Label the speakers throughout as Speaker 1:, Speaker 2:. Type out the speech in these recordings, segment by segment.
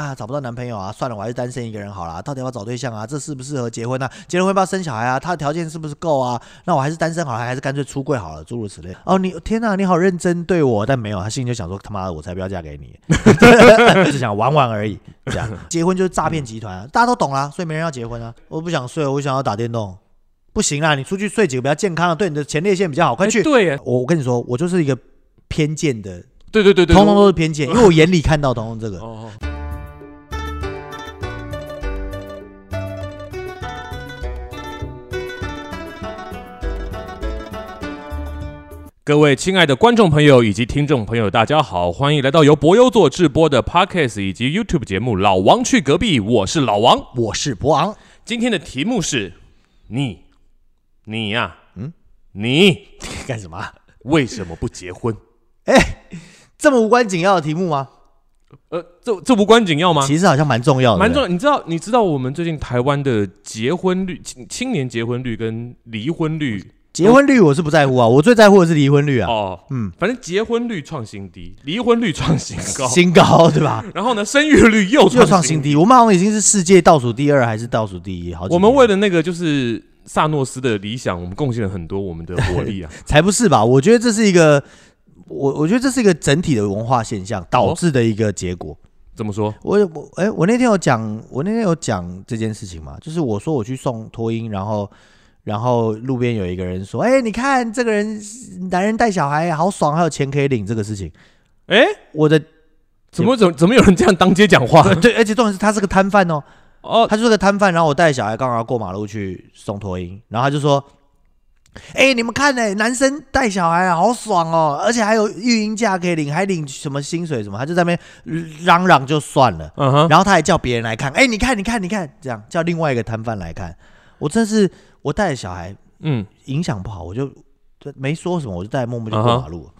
Speaker 1: 啊，找不到男朋友啊，算了，我还是单身一个人好了。到底要不要找对象啊？这适不适合结婚啊？结了婚要不要生小孩啊？他的条件是不是够啊？那我还是单身好了，还是干脆出柜好了，诸如此类。哦，你天哪，你好认真对我，但没有，他心里就想说，他妈的，我才不要嫁给你， 就想玩玩而已。这样，结婚就是诈骗集团、啊，大家都懂啦，所以没人要结婚啊。我不想睡，我想要打电动。不行啦，你出去睡几个比较健康的，对你的前列腺比较好。快
Speaker 2: 哎
Speaker 1: 去！
Speaker 2: 对耶，
Speaker 1: 我我跟你说，我就是一个偏见的，
Speaker 2: 对对对对，
Speaker 1: 通通都是偏见，因为我眼里看到通通这个。
Speaker 2: 哦，各位亲爱的观众朋友以及听众朋友，大家好，欢迎来到由博优做直播的 Podcast 以及 YouTube 节目《老王去隔壁》，我是老王。
Speaker 1: 我是博昂，
Speaker 2: 今天的题目是：你，你呀、嗯，你
Speaker 1: 干什么啊、
Speaker 2: 为什么不结婚？
Speaker 1: 这么无关紧要的题目吗？
Speaker 2: 呃，这这无关紧要吗？
Speaker 1: 其实好像蛮重要的，
Speaker 2: 啊蛮重要。你知道，你知道我们最近台湾的结婚率、青青年结婚率跟离婚率
Speaker 1: 结婚率我是不在乎啊，我最在乎的是离婚率啊，
Speaker 2: 哦，
Speaker 1: 嗯
Speaker 2: 嗯，反正结婚率创新低，离婚率创新高，
Speaker 1: 新高对吧？
Speaker 2: 然后呢，生育率哦 又
Speaker 1: 又
Speaker 2: 创
Speaker 1: 创
Speaker 2: 新
Speaker 1: 新。低，我们好像已经是世界倒数第二还是倒数第一？好几年，
Speaker 2: 我们为了那个就是萨诺斯的理想，我们贡献了很多我们的活力 啊。
Speaker 1: 才不是吧？我觉得这是一个，我我觉得这是一个整体的文化现象
Speaker 2: 哦
Speaker 1: 导致的一个结果。
Speaker 2: 怎么说？
Speaker 1: 我我哎、我那天有讲，我那天有讲这件事情嘛，就是我说我去送托婴，然后然后路边有一个人说，哎、你看这个人男人带小孩好爽，还有钱可以领这个事情，
Speaker 2: 哎，
Speaker 1: 我的
Speaker 2: 怎么怎么怎么有人这样当街讲 话？
Speaker 1: 对对，而且重点是他是个摊贩哦，
Speaker 2: 哦，
Speaker 1: 他就是个摊贩，然后我带小孩刚好要过马路去送托婴，然后他就说：“哎、你们看呢、男生带小孩啊，好爽哦，而且还有育婴假可以领，还领什么薪水什么。”他就在那边嚷嚷就算了，
Speaker 2: 嗯哼，
Speaker 1: 然后他还叫别人来看，哎、你看，你看，你看，这样叫另外一个摊贩来看。我真是我带着小孩
Speaker 2: 嗯，
Speaker 1: 影响不好，我就就没说什么，我就带默默就
Speaker 2: 啊哈
Speaker 1: 过马路了。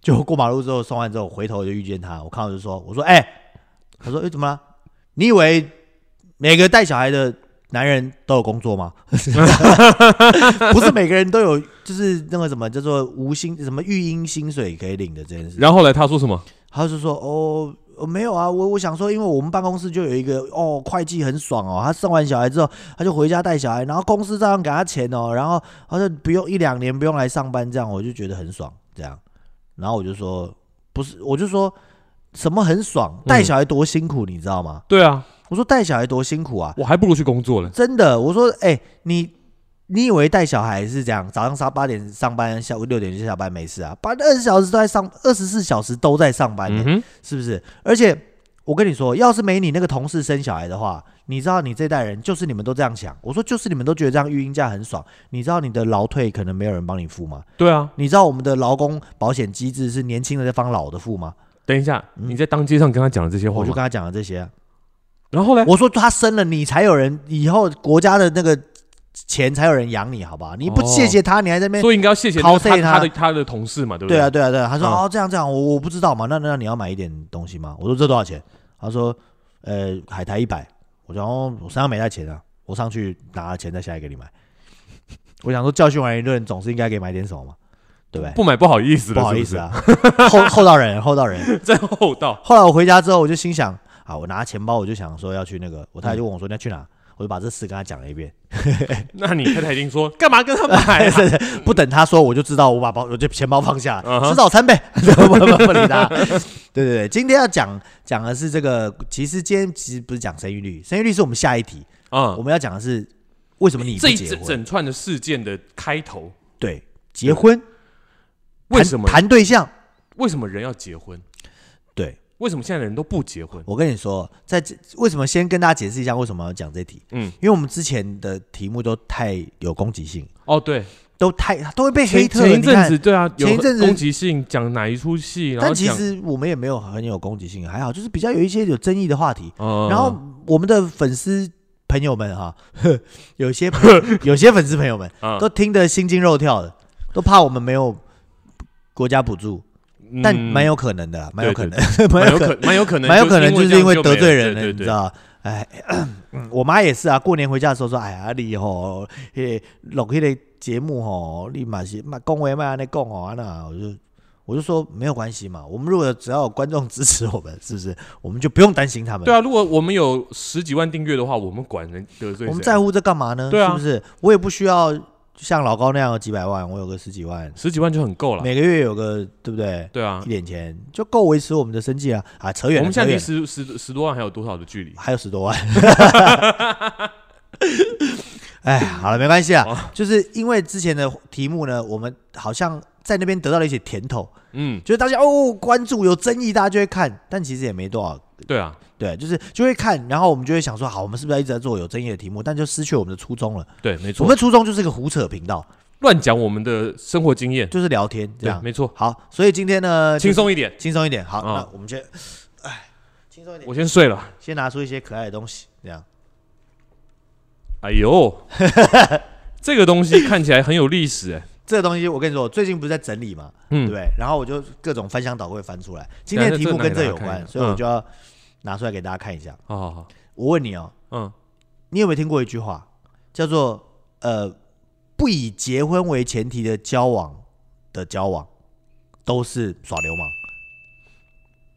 Speaker 1: 就过马路之后送完之后，我回头就遇见他，我看到就说：“我说哎、他说哎、怎么了？你以为每个带小孩的男人都有工作吗？ 不是每个人都有，就是那个什么叫做无薪什么育婴薪水可以领的这件事。”
Speaker 2: 然后呢，他说什么？
Speaker 1: 他就说：“哦。”哦没有啊，我我想说，因为我们办公室就有一个哦，会计很爽哦，他生完小孩之后，他就回家带小孩，然后公司照样给他钱哦，然后他就不用一两年不用来上班，这样我就觉得很爽，这样，然后我就说不是，我就说什么很爽，带小孩多辛苦，你知道吗？
Speaker 2: 对啊，
Speaker 1: 我说带小孩多辛苦啊，
Speaker 2: 我还不如去工作了。
Speaker 1: 真的，我说，哎、你你以为带小孩是这样，早上上八点上班，下午六点就下班，没事啊？八二十小时都在上，二十四小时都在上班、
Speaker 2: 嗯哼，
Speaker 1: 是不是？而且我跟你说，要是没你那个同事生小孩的话，你知道你这代人就是你们都这样想。我说就是你们都觉得这样育婴假很爽，你知道你的劳退可能没有人帮你付吗？
Speaker 2: 对啊。
Speaker 1: 你知道我们的劳工保险机制是年轻的在帮老的付吗？
Speaker 2: 等一下，你在当街上嗯跟他讲了这些话
Speaker 1: 我就
Speaker 2: 吗
Speaker 1: 跟，他讲了这些啊、
Speaker 2: 然后呢？
Speaker 1: 我说他生了你才有人，以后国家的那个钱才有人养你，好不好？你不
Speaker 2: 哦
Speaker 1: 谢谢他，你还在那边。
Speaker 2: 所以应该要谢谢那个
Speaker 1: 拷贝哎他
Speaker 2: 他他的他的同事嘛，对不
Speaker 1: 对
Speaker 2: 对
Speaker 1: 啊，对啊，对啊。他说、
Speaker 2: 嗯
Speaker 1: 哦，这样这样，我我不知道嘛。那那那你要买一点东西吗？我说这多少钱？他说呃，海苔一百。我说哦，我身上没带钱啊，我上去拿了钱再下来给你买。我想说教训完一顿，总是应该给买点什么嘛，对不对？
Speaker 2: 不买不好意思了，
Speaker 1: 不好
Speaker 2: 是
Speaker 1: 意
Speaker 2: 是
Speaker 1: 思，啊，厚厚道人，厚道人。
Speaker 2: 真 厚道。
Speaker 1: 后来我回家之后，我就心想啊，我拿钱包，我就想说要去那个，我太太就问
Speaker 2: 嗯
Speaker 1: 我说你要去哪，我就把这事跟她讲了一遍。
Speaker 2: 那你太太已 经说干嘛跟他买
Speaker 1: 哎
Speaker 2: 啊？
Speaker 1: 不等她说，我就知道我把包，我就钱包放下
Speaker 2: 嗯
Speaker 1: 了，
Speaker 2: 哼
Speaker 1: 吃早餐呗， 不不不理她。对对对，今天要讲讲的是这个，其实今天其实不是讲生育率，生育率是我们下一题，我
Speaker 2: 嗯，
Speaker 1: 们要讲的是为什么你不
Speaker 2: 这一
Speaker 1: 结
Speaker 2: 整
Speaker 1: 婚？
Speaker 2: 整串的事件的开头，
Speaker 1: 对，结婚
Speaker 2: 为什么
Speaker 1: 谈谈对象？
Speaker 2: 为什么人要结婚？
Speaker 1: 对，
Speaker 2: 为什么现在人都不结婚？
Speaker 1: 我跟你说，在这为什么先跟大家解释一下为什么要讲这题？
Speaker 2: 嗯，
Speaker 1: 因为我们之前的题目都太有攻击性。
Speaker 2: 哦，对，
Speaker 1: 都太都会被哎黑
Speaker 2: 前
Speaker 1: 特。
Speaker 2: 前一
Speaker 1: 你
Speaker 2: 阵
Speaker 1: 看，
Speaker 2: 子对啊，有
Speaker 1: 前一阵子
Speaker 2: 攻击性讲哪一出戏，然后
Speaker 1: 但其
Speaker 2: 讲，
Speaker 1: 实我们也没有很有攻击性，还好，就是比较有一些有争议的话题。
Speaker 2: 嗯
Speaker 1: 然后我们的粉丝朋友们哈、 呵有些 有些粉丝朋友们
Speaker 2: 嗯
Speaker 1: 都听得心惊肉跳的，都怕我们没有国家补助，但
Speaker 2: 嗯
Speaker 1: 蛮有可能的啦，啊蛮有可能，
Speaker 2: 蛮
Speaker 1: 蛮
Speaker 2: 有
Speaker 1: 有可
Speaker 2: 可蛮有可能
Speaker 1: 蛮有可能
Speaker 2: 就是
Speaker 1: 因为得罪人了，
Speaker 2: 了，对
Speaker 1: 你
Speaker 2: 对
Speaker 1: 知
Speaker 2: 对，
Speaker 1: 道？哎， 嗯我妈也是啊，过年回家的时候说：“哎呀，你吼，迄录迄个节目吼，你嘛是嘛讲话嘛安尼讲吼，啊那我就我就说没有关系嘛，我们如果只要有观众支持我们，是不是我们就不用担心他们？
Speaker 2: 对啊，如果我们有十几万订阅的话，我们管人得罪谁？啊
Speaker 1: 我们在乎这干嘛呢？
Speaker 2: 对啊
Speaker 1: 是不是？我也不需要像老高那样有几百万，我有个十几万，
Speaker 2: 十几万就很够了。
Speaker 1: 每个月有个对不对？
Speaker 2: 对啊
Speaker 1: 一，点钱就够维持我们的生计了啊！扯
Speaker 2: 我
Speaker 1: 远了，
Speaker 2: 们现
Speaker 1: 扯
Speaker 2: 在离
Speaker 1: 远了，
Speaker 2: 十十十多万还有多少的距离？
Speaker 1: 还有十多 万。哎，好了，没关系啊，就是因为之前的题目呢，我们好像在那边得到了一些甜头，
Speaker 2: 嗯，
Speaker 1: 就是大家哦关注有争议，大家就会看，但其实也没多少
Speaker 2: 对啊，
Speaker 1: 对，就是就会看，然后我们就会想说，好，我们是不是要一直在做有争议的题目？但就失去我们的初衷了。
Speaker 2: 对，没
Speaker 1: 我
Speaker 2: 错
Speaker 1: 们，的初衷就是一个胡扯频道，
Speaker 2: 乱讲我们的生活经验，
Speaker 1: 就是聊天这
Speaker 2: 对，
Speaker 1: 样。
Speaker 2: 没错，
Speaker 1: 好，所以今天呢，
Speaker 2: 轻松一点。
Speaker 1: 轻松一点。好，
Speaker 2: 啊
Speaker 1: 那我们先，哎，轻松一点，
Speaker 2: 我先睡了。
Speaker 1: 先拿出一些可爱的东西，这样。
Speaker 2: 哎呦， 这个东西看起来很有历史哎。
Speaker 1: 这个东西我跟你说，我最近不是在整理嘛，对不
Speaker 2: 嗯，
Speaker 1: 对？然后我就各种翻箱倒柜翻出来，今天的题
Speaker 2: 这
Speaker 1: 目
Speaker 2: 这拿
Speaker 1: 跟
Speaker 2: 给
Speaker 1: 这
Speaker 2: 大家
Speaker 1: 有
Speaker 2: 看一
Speaker 1: 关，
Speaker 2: 下
Speaker 1: 所以我
Speaker 2: 嗯
Speaker 1: 就要拿出来给大家看一下。
Speaker 2: 好好好，
Speaker 1: 我问你哦，
Speaker 2: 嗯，
Speaker 1: 你有没有听过一句话，叫做呃，不以结婚为前提的交往的交往都是耍流氓？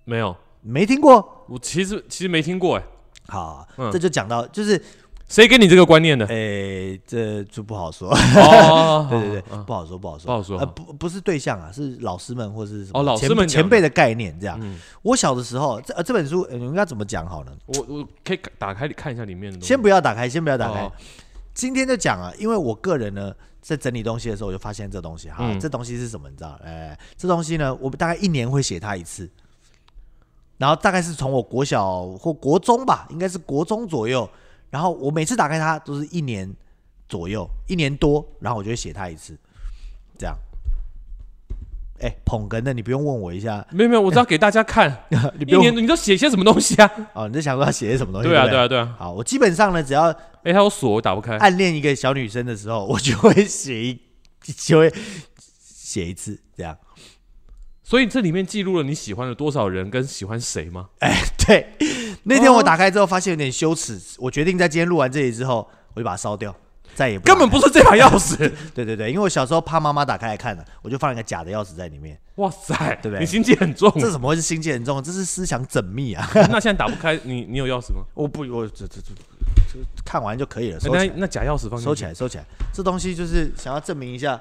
Speaker 2: 没有，
Speaker 1: 没听过？
Speaker 2: 我其实其实没听过哎，
Speaker 1: 好，
Speaker 2: 嗯
Speaker 1: 这就讲到就是，
Speaker 2: 谁给你这个 观 念的？
Speaker 1: 诶、哎这就不好说，
Speaker 2: 哦，
Speaker 1: 对对对，
Speaker 2: 嗯，
Speaker 1: 不好说，不好说，
Speaker 2: 不好说
Speaker 1: 呃，不不是对象啊，是老师们或是什么
Speaker 2: 哦老
Speaker 1: 前
Speaker 2: 师们讲
Speaker 1: 前
Speaker 2: 的
Speaker 1: 辈的概念这样。
Speaker 2: 嗯
Speaker 1: 我小的时候，这、呃、这本书、呃应该怎么讲好呢？
Speaker 2: 我我可以打开看一下里面的东西。
Speaker 1: 先不要打开，先不要打开。
Speaker 2: 哦
Speaker 1: 今天就讲啊，因为我个人呢，在整理东西的时候，我就发现这东西哈、
Speaker 2: 嗯
Speaker 1: 这东西是什么？你知道？哎、这东西呢，我大概一年会写它一次，然后大概是从我国小或国中吧，应该是国中左右，然后我每次打开它都是一年左右，一年多，然后我就会写它一次，这样。哎、捧哏的，你不用问我一下，
Speaker 2: 没有没有，我只要给大家看
Speaker 1: 你不
Speaker 2: 一
Speaker 1: 用
Speaker 2: 年，你都写些什么东西啊？
Speaker 1: 哦，你在想说要写些什么东西？
Speaker 2: 对啊
Speaker 1: 不啊
Speaker 2: 对啊对啊。
Speaker 1: 好，我基本上呢，只要
Speaker 2: 哎，它有锁，我打不开。
Speaker 1: 暗恋一个小女生的时候，我 就会写一，就会写一次这样。
Speaker 2: 所以这里面记录了你喜欢了多少人跟喜欢谁 吗？
Speaker 1: 哎对，那天
Speaker 2: 哦
Speaker 1: 我打开之后发现有点羞耻，我决定在今天录完这里之后，我就把它烧掉，再也不
Speaker 2: 根本不是这把钥匙。
Speaker 1: 打开对对对，因为我小时候怕妈妈打开来看了，我就放了个假的钥匙在里面。
Speaker 2: 哇塞，
Speaker 1: 对不对
Speaker 2: 你心机很重。
Speaker 1: 这怎么会是心机很重？这是思想缜密啊！
Speaker 2: 那现在打不开，你你有钥匙吗？
Speaker 1: 我不，我这这这这看完就可以了，收
Speaker 2: 那
Speaker 1: 起
Speaker 2: 哎那假钥匙
Speaker 1: 来，
Speaker 2: 放进去
Speaker 1: 收起来，收起来。哎嗯这东西就是想要证明一下，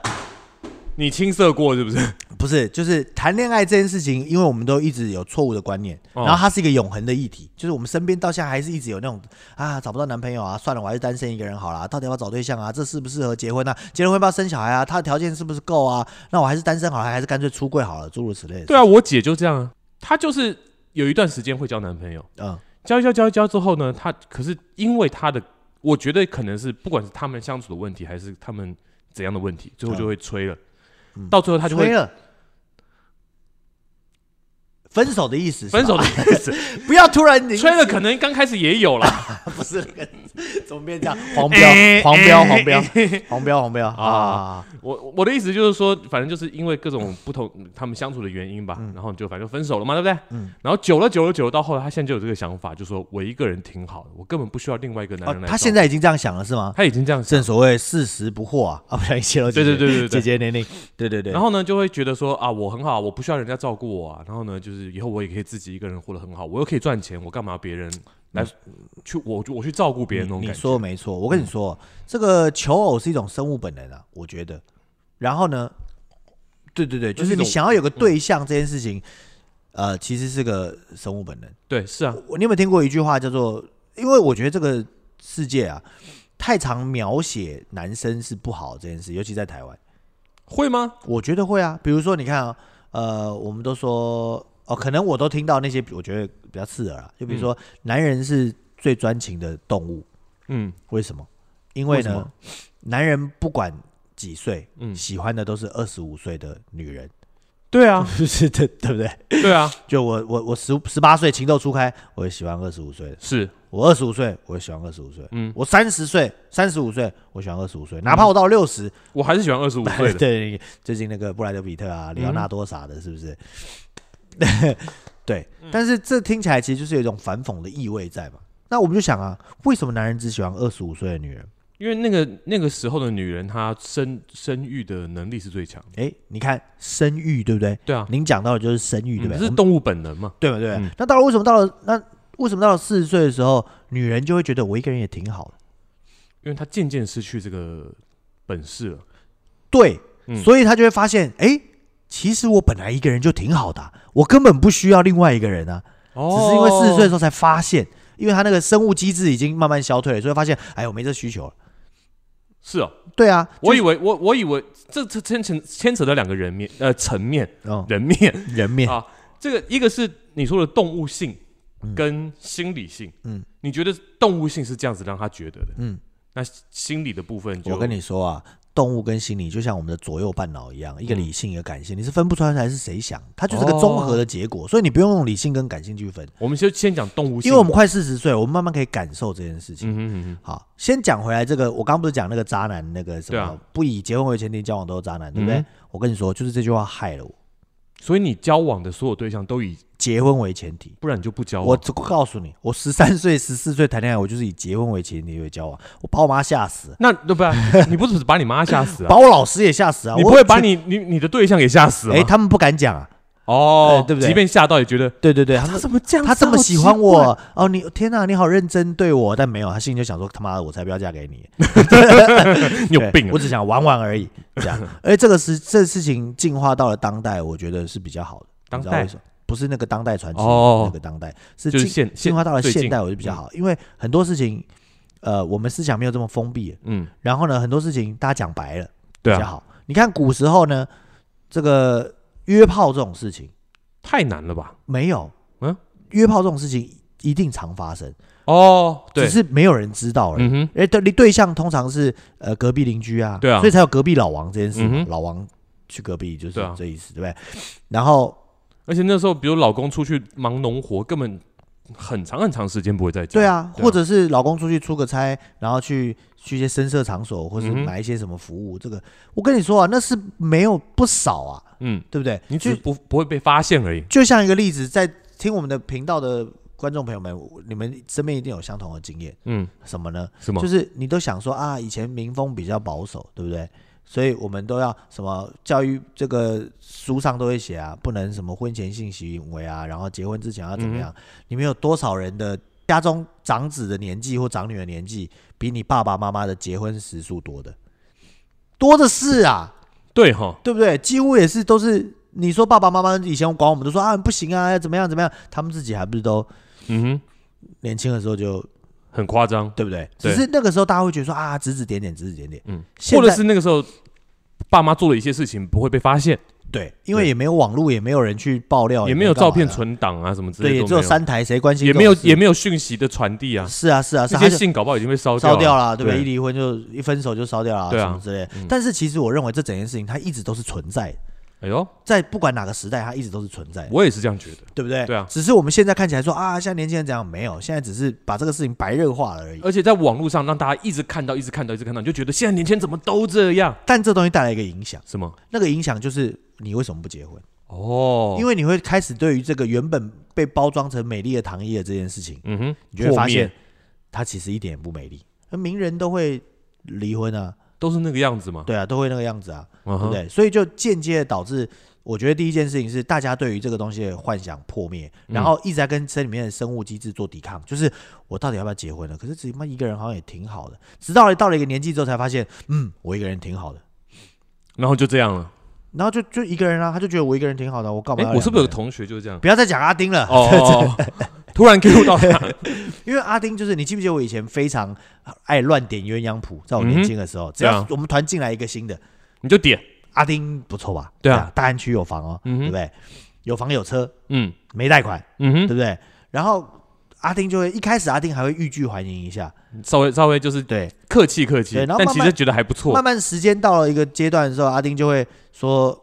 Speaker 2: 你青涩过是不是？
Speaker 1: 不是，就是谈恋爱这件事情，因为我们都一直有错误的观念，
Speaker 2: 哦
Speaker 1: 然后它是一个永恒的议题，就是我们身边到现在还是一直有那种啊找不到男朋友啊，算了，我还是单身一个人好啦，到底要不要找对象啊？这适不适合结婚啊？结了婚要不要生小孩啊？他的条件是不是够啊？那我还是单身好了，还是干脆出柜好了，诸如此类的。
Speaker 2: 对啊，我姐就这样啊，她就是有一段时间会交男朋友，
Speaker 1: 嗯，
Speaker 2: 交一交交一交之后呢，她可是因为她的，我觉得可能是不管是他们相处的问题，还是他们怎样的问题，最后就会吹了，
Speaker 1: 嗯
Speaker 2: 到最后她就
Speaker 1: 吹
Speaker 2: 会
Speaker 1: 了。分手的意思，
Speaker 2: 分手，的意 思。
Speaker 1: 不要突然你
Speaker 2: 吹了，可能刚开始也有啦，
Speaker 1: 不是那个，怎么变 这样？黄标，
Speaker 2: 哎
Speaker 1: 黄标，黄标，黄标，黄标啊！
Speaker 2: 我我的意思就是说，反正就是因为各种不同他们相处的原因吧，然后你就反正分手了嘛，对不对？
Speaker 1: 嗯
Speaker 2: 然后久了久了久了，到后来他现在就有这个想法，就说我一个人挺好的，我根本不需要另外一个男
Speaker 1: 哦
Speaker 2: 人来照顾、
Speaker 1: 他现在已经这样想了是吗？
Speaker 2: 他已经这样想
Speaker 1: 正所谓四十不惑啊，啊，不然泄露姐姐
Speaker 2: 对对对对对
Speaker 1: 姐姐年龄，对对对。
Speaker 2: 然后呢，就会觉得说啊，我很好，我不需要人家照顾我啊。然后呢，就是以后我也可以自己一个人活得很好，我又可以赚钱，我干嘛别人来去我我去照顾别人那
Speaker 1: 嗯
Speaker 2: 种
Speaker 1: 你
Speaker 2: 感
Speaker 1: 你
Speaker 2: 觉？嗯
Speaker 1: 说的没错，我跟你说，这个求偶是一种生物本能啊，我觉得。然后呢，对对对，
Speaker 2: 这
Speaker 1: 就是是
Speaker 2: 一
Speaker 1: 你
Speaker 2: 种
Speaker 1: 想要有个对象这件事情，呃，其实是个生物本能。
Speaker 2: 对，是啊，
Speaker 1: 我你有没有听过一句话叫做？因为我觉得这个世界啊，太常描写男生是不好这件事，尤其在台湾。
Speaker 2: 会吗？
Speaker 1: 我觉得会啊，比如说你看啊，呃，我们都说哦，可能我都听到那些比我觉得比较刺耳啊，就比如说、男人是最专情的动物，
Speaker 2: 嗯，
Speaker 1: 为什么？因为
Speaker 2: 为什
Speaker 1: 呢
Speaker 2: 么，
Speaker 1: 男人不管几岁，
Speaker 2: 嗯
Speaker 1: 喜欢的都是二十五岁的女人，
Speaker 2: 对啊，
Speaker 1: 是不是的，对不对？
Speaker 2: 对啊，
Speaker 1: 就我我我十十八岁情窦初开，我也喜欢二十五岁的；
Speaker 2: 是
Speaker 1: 我二十五岁，我也喜欢二十五岁；
Speaker 2: 嗯
Speaker 1: 我三十岁，三十五岁，我喜欢二十五岁，哪怕我到六十、
Speaker 2: 我还是喜欢二十五 岁的。嗯
Speaker 1: 对，最近那个布莱德比特啊、里奥纳多啥的，是不是？ 对，
Speaker 2: 嗯
Speaker 1: 但是这听起来其实就是有一种反讽的意味在嘛。那我们就想啊，为什么男人只喜欢二十五岁的女人？
Speaker 2: 因为那个那个时候的女人，她生生育的能力是最强的。
Speaker 1: 哎，你看生育对不对？
Speaker 2: 对啊，
Speaker 1: 您讲到的就是生育对不对？
Speaker 2: 嗯这
Speaker 1: 我
Speaker 2: 是
Speaker 1: 们
Speaker 2: 动物本能嘛？
Speaker 1: 对不对
Speaker 2: 嗯？
Speaker 1: 那到了为什么到了那为什么到了四十岁的时候，女人就会觉得我一个人也挺好的？
Speaker 2: 因为她渐渐失去这个本事了。
Speaker 1: 对，
Speaker 2: 嗯
Speaker 1: 所以她就会发现，哎，其实我本来一个人就挺好的啊、我根本不需要另外一个人啊。只是因为四十岁的时候才发现，因为他那个生物机制已经慢慢消退了，所以发现哎，我没这需求了。
Speaker 2: 是哦，
Speaker 1: 对啊，
Speaker 2: 我以为我我以为这这牵扯牵扯到两个人面呃层面
Speaker 1: 嗯，
Speaker 2: 人面，
Speaker 1: 人面
Speaker 2: 啊这个一个是你说的动物性
Speaker 1: 嗯
Speaker 2: 跟心理性，
Speaker 1: 嗯，
Speaker 2: 你觉得动物性是这样子让他觉得的，
Speaker 1: 嗯，
Speaker 2: 那心理的部分就
Speaker 1: 我跟你说啊，动物跟心理就像我们的左右半脑一样，一个
Speaker 2: 嗯
Speaker 1: 理性一个感性，你是分不出来才是谁想，它就是个综合的结
Speaker 2: 嗯
Speaker 1: 果，所以你不用用理性跟感性去分，
Speaker 2: 我们先先讲动物性，
Speaker 1: 因为我们快四十岁，我们慢慢可以感受这件事情。
Speaker 2: 嗯哼嗯哼，
Speaker 1: 好，先讲回来这个，我刚不是讲那个渣男那个什么、
Speaker 2: 对啊
Speaker 1: 不以结婚为前提交往都是渣男，对不对？
Speaker 2: 嗯
Speaker 1: 我跟你说，就是这句话害了我。
Speaker 2: 所以你交往的所有对象都以，
Speaker 1: 结婚为前提，
Speaker 2: 不然你就不交
Speaker 1: 我
Speaker 2: 往。
Speaker 1: 只告诉你，我十三岁、十四岁谈恋爱，我就是以结婚为前提为交往，我把我妈吓死，
Speaker 2: 那对不对？你不是把你妈吓死啊？
Speaker 1: 把我老师也吓死啊！
Speaker 2: 你不
Speaker 1: 我
Speaker 2: 会把你你你的对象也吓死吗
Speaker 1: 哎、？他们不敢讲啊，
Speaker 2: 哦
Speaker 1: 呃，对不对
Speaker 2: 即便吓到也觉得
Speaker 1: 对对对，他们
Speaker 2: 他怎么这样，
Speaker 1: 他这么
Speaker 2: 好
Speaker 1: 喜欢
Speaker 2: 奇怪，
Speaker 1: 我哦，你天哪，你好认真对我，但没有，他心里就想说他妈的，我才不要嫁给你，
Speaker 2: 你有
Speaker 1: 对
Speaker 2: 病啊
Speaker 1: 我！只想玩玩而已，这 样。而这个是这事情进化到了当代，我觉得是比较好的，
Speaker 2: 当代
Speaker 1: 你知道为什么？不是那个当代传奇，
Speaker 2: 哦
Speaker 1: 那个当代是
Speaker 2: 就是
Speaker 1: 进
Speaker 2: 现
Speaker 1: 进
Speaker 2: 现
Speaker 1: 化到了
Speaker 2: 最近嗯
Speaker 1: 现代，我觉得比较好，因为很多事情，呃，我们思想没有这么封闭了。
Speaker 2: 嗯，
Speaker 1: 然后呢，很多事情大家讲白了比
Speaker 2: 对
Speaker 1: 较
Speaker 2: 啊，
Speaker 1: 好。你看古时候呢，这个约炮这种事情
Speaker 2: 太难了吧？
Speaker 1: 没有，
Speaker 2: 嗯，
Speaker 1: 约炮这种事情一定常发生，
Speaker 2: 哦，对
Speaker 1: 只，是没有人知道而已。
Speaker 2: 嗯哼，
Speaker 1: 哎，对，对象通常是呃隔壁邻居啊，
Speaker 2: 对啊
Speaker 1: 所以才有隔壁老王这件事嘛。
Speaker 2: 嗯哼
Speaker 1: 老王去隔壁就是
Speaker 2: 对啊
Speaker 1: 这意思，对,、不对？然后
Speaker 2: 而且那时候，比如老公出去忙农活，根本很长很长时间不会在家。
Speaker 1: 对，啊，
Speaker 2: 对啊
Speaker 1: 或者是老公出去出个差，然后去去一些深色场所，或是
Speaker 2: 嗯哼
Speaker 1: 买一些什么服务，这个我跟你说啊，那是没有不少啊，
Speaker 2: 嗯，
Speaker 1: 对不对？
Speaker 2: 你只
Speaker 1: 就是
Speaker 2: 不不会被发现而已。
Speaker 1: 就像一个例子，在听我们的频道的观众朋友们，你们身边一定有相同的经验，
Speaker 2: 嗯，
Speaker 1: 什么呢？
Speaker 2: 是吗？
Speaker 1: 就是你都想说啊，以前民风比较保守，对不对？所以我们都要什么教育这个书上都会写啊，不能什么婚前性行为啊，然后结婚之前要怎么样？你们有多少人的家中长子的年纪或长女的年纪，比你爸爸妈妈的结婚时数多的，多的是啊，
Speaker 2: 对哈，
Speaker 1: 对不对？几乎也是都是你说爸爸妈妈以前管我们都说啊不行啊，要怎么样怎么样，他们自己还不是都
Speaker 2: 嗯
Speaker 1: 年轻的时候就
Speaker 2: 哼，很夸张。
Speaker 1: 对不对？
Speaker 2: 对
Speaker 1: 只是那个时候大家会觉得说啊指指点点指指点点，
Speaker 2: 嗯，
Speaker 1: 现
Speaker 2: 或
Speaker 1: 在
Speaker 2: 者是那个时候，爸妈做了一些事情不会被发现，
Speaker 1: 对，因为
Speaker 2: 对
Speaker 1: 也没有网络，也没有人去爆料，
Speaker 2: 也
Speaker 1: 没
Speaker 2: 没有
Speaker 1: 干嘛
Speaker 2: 照片
Speaker 1: 的啊，
Speaker 2: 存档啊什么之
Speaker 1: 对，
Speaker 2: 类
Speaker 1: 也
Speaker 2: 的
Speaker 1: 只
Speaker 2: 都
Speaker 1: 有
Speaker 2: 没有，
Speaker 1: 三台，谁关心
Speaker 2: 也
Speaker 1: 这
Speaker 2: 没有
Speaker 1: 种事
Speaker 2: 也没有讯息的传递啊，
Speaker 1: 是啊是啊是
Speaker 2: 这
Speaker 1: 啊，他
Speaker 2: 些
Speaker 1: 就
Speaker 2: 信搞不好已经被烧
Speaker 1: 烧
Speaker 2: 掉
Speaker 1: 掉
Speaker 2: 了。
Speaker 1: 了，对不对？
Speaker 2: 对
Speaker 1: 一离婚就一分手就烧掉了，
Speaker 2: 对啊
Speaker 1: 什么之类的
Speaker 2: 嗯。
Speaker 1: 但是其实我认为这整件事情它一直都是存在的，
Speaker 2: 哎呦，
Speaker 1: 在不管哪个时代，它一直都是存在的。
Speaker 2: 我也是这样觉得。
Speaker 1: 对不对？
Speaker 2: 对啊
Speaker 1: 只是我们现在看起来说啊，现在年轻人怎样？没有，现在只是把这个事情白热化了而已。
Speaker 2: 而且在网络上让大家一直看到，一直看到，一直看到，你就觉得现在年轻人怎么都这样？
Speaker 1: 但这东西带来一个影响，
Speaker 2: 什么？
Speaker 1: 那个影响就是你为什么不结婚？
Speaker 2: 哦，
Speaker 1: 因为
Speaker 2: 为
Speaker 1: 你会开始对于这个原本被包装成美丽的糖衣的这件事情，
Speaker 2: 嗯哼，
Speaker 1: 你就会发
Speaker 2: 破
Speaker 1: 现
Speaker 2: 灭
Speaker 1: 她其实一点也不美丽。那名人都会离婚啊，
Speaker 2: 都是那个样子嘛，嗯
Speaker 1: 对啊，都会那个样子啊，
Speaker 2: 对
Speaker 1: 对不对？所以就间接地导致，我觉得第一件事情是大家对于这个东西的幻想破灭，
Speaker 2: 嗯
Speaker 1: 然后一直在跟身里面的生物机制做抵抗，就是我到底要不要结婚呢？可是自己妈一个人好像也挺好的，直到到了一个年纪之后才发现，嗯，我一个人挺好的。
Speaker 2: 然后就这样了。
Speaker 1: 然后就就一个人啊，他就觉得我一个人挺好的，我干嘛
Speaker 2: 哎
Speaker 1: 要，两个人？
Speaker 2: 我是不是有个同学就是这样？
Speaker 1: 不要再讲阿丁了？
Speaker 2: 哦 哦，哦突然 Q 到他，
Speaker 1: 因为阿丁就是你记不记得我以前非常爱乱点鸳鸯谱，在我年轻的时候，只
Speaker 2: 对
Speaker 1: 要
Speaker 2: 啊
Speaker 1: 我们团进来一个新的，
Speaker 2: 你就点，
Speaker 1: 阿丁不错吧？
Speaker 2: 对啊
Speaker 1: 这样大安区有房哦，
Speaker 2: 嗯哼
Speaker 1: 对不对？有房有车，
Speaker 2: 嗯
Speaker 1: 没贷款，
Speaker 2: 嗯
Speaker 1: 对不对？然后阿丁就会一开始阿丁还会欲拒还迎一下，
Speaker 2: 哼，稍微稍微就是
Speaker 1: 对，
Speaker 2: 客气客气
Speaker 1: 对，然后
Speaker 2: 但
Speaker 1: 慢
Speaker 2: 其
Speaker 1: 慢
Speaker 2: 实觉得还不错
Speaker 1: 慢，慢时间到了一个阶段的时候，阿丁就会说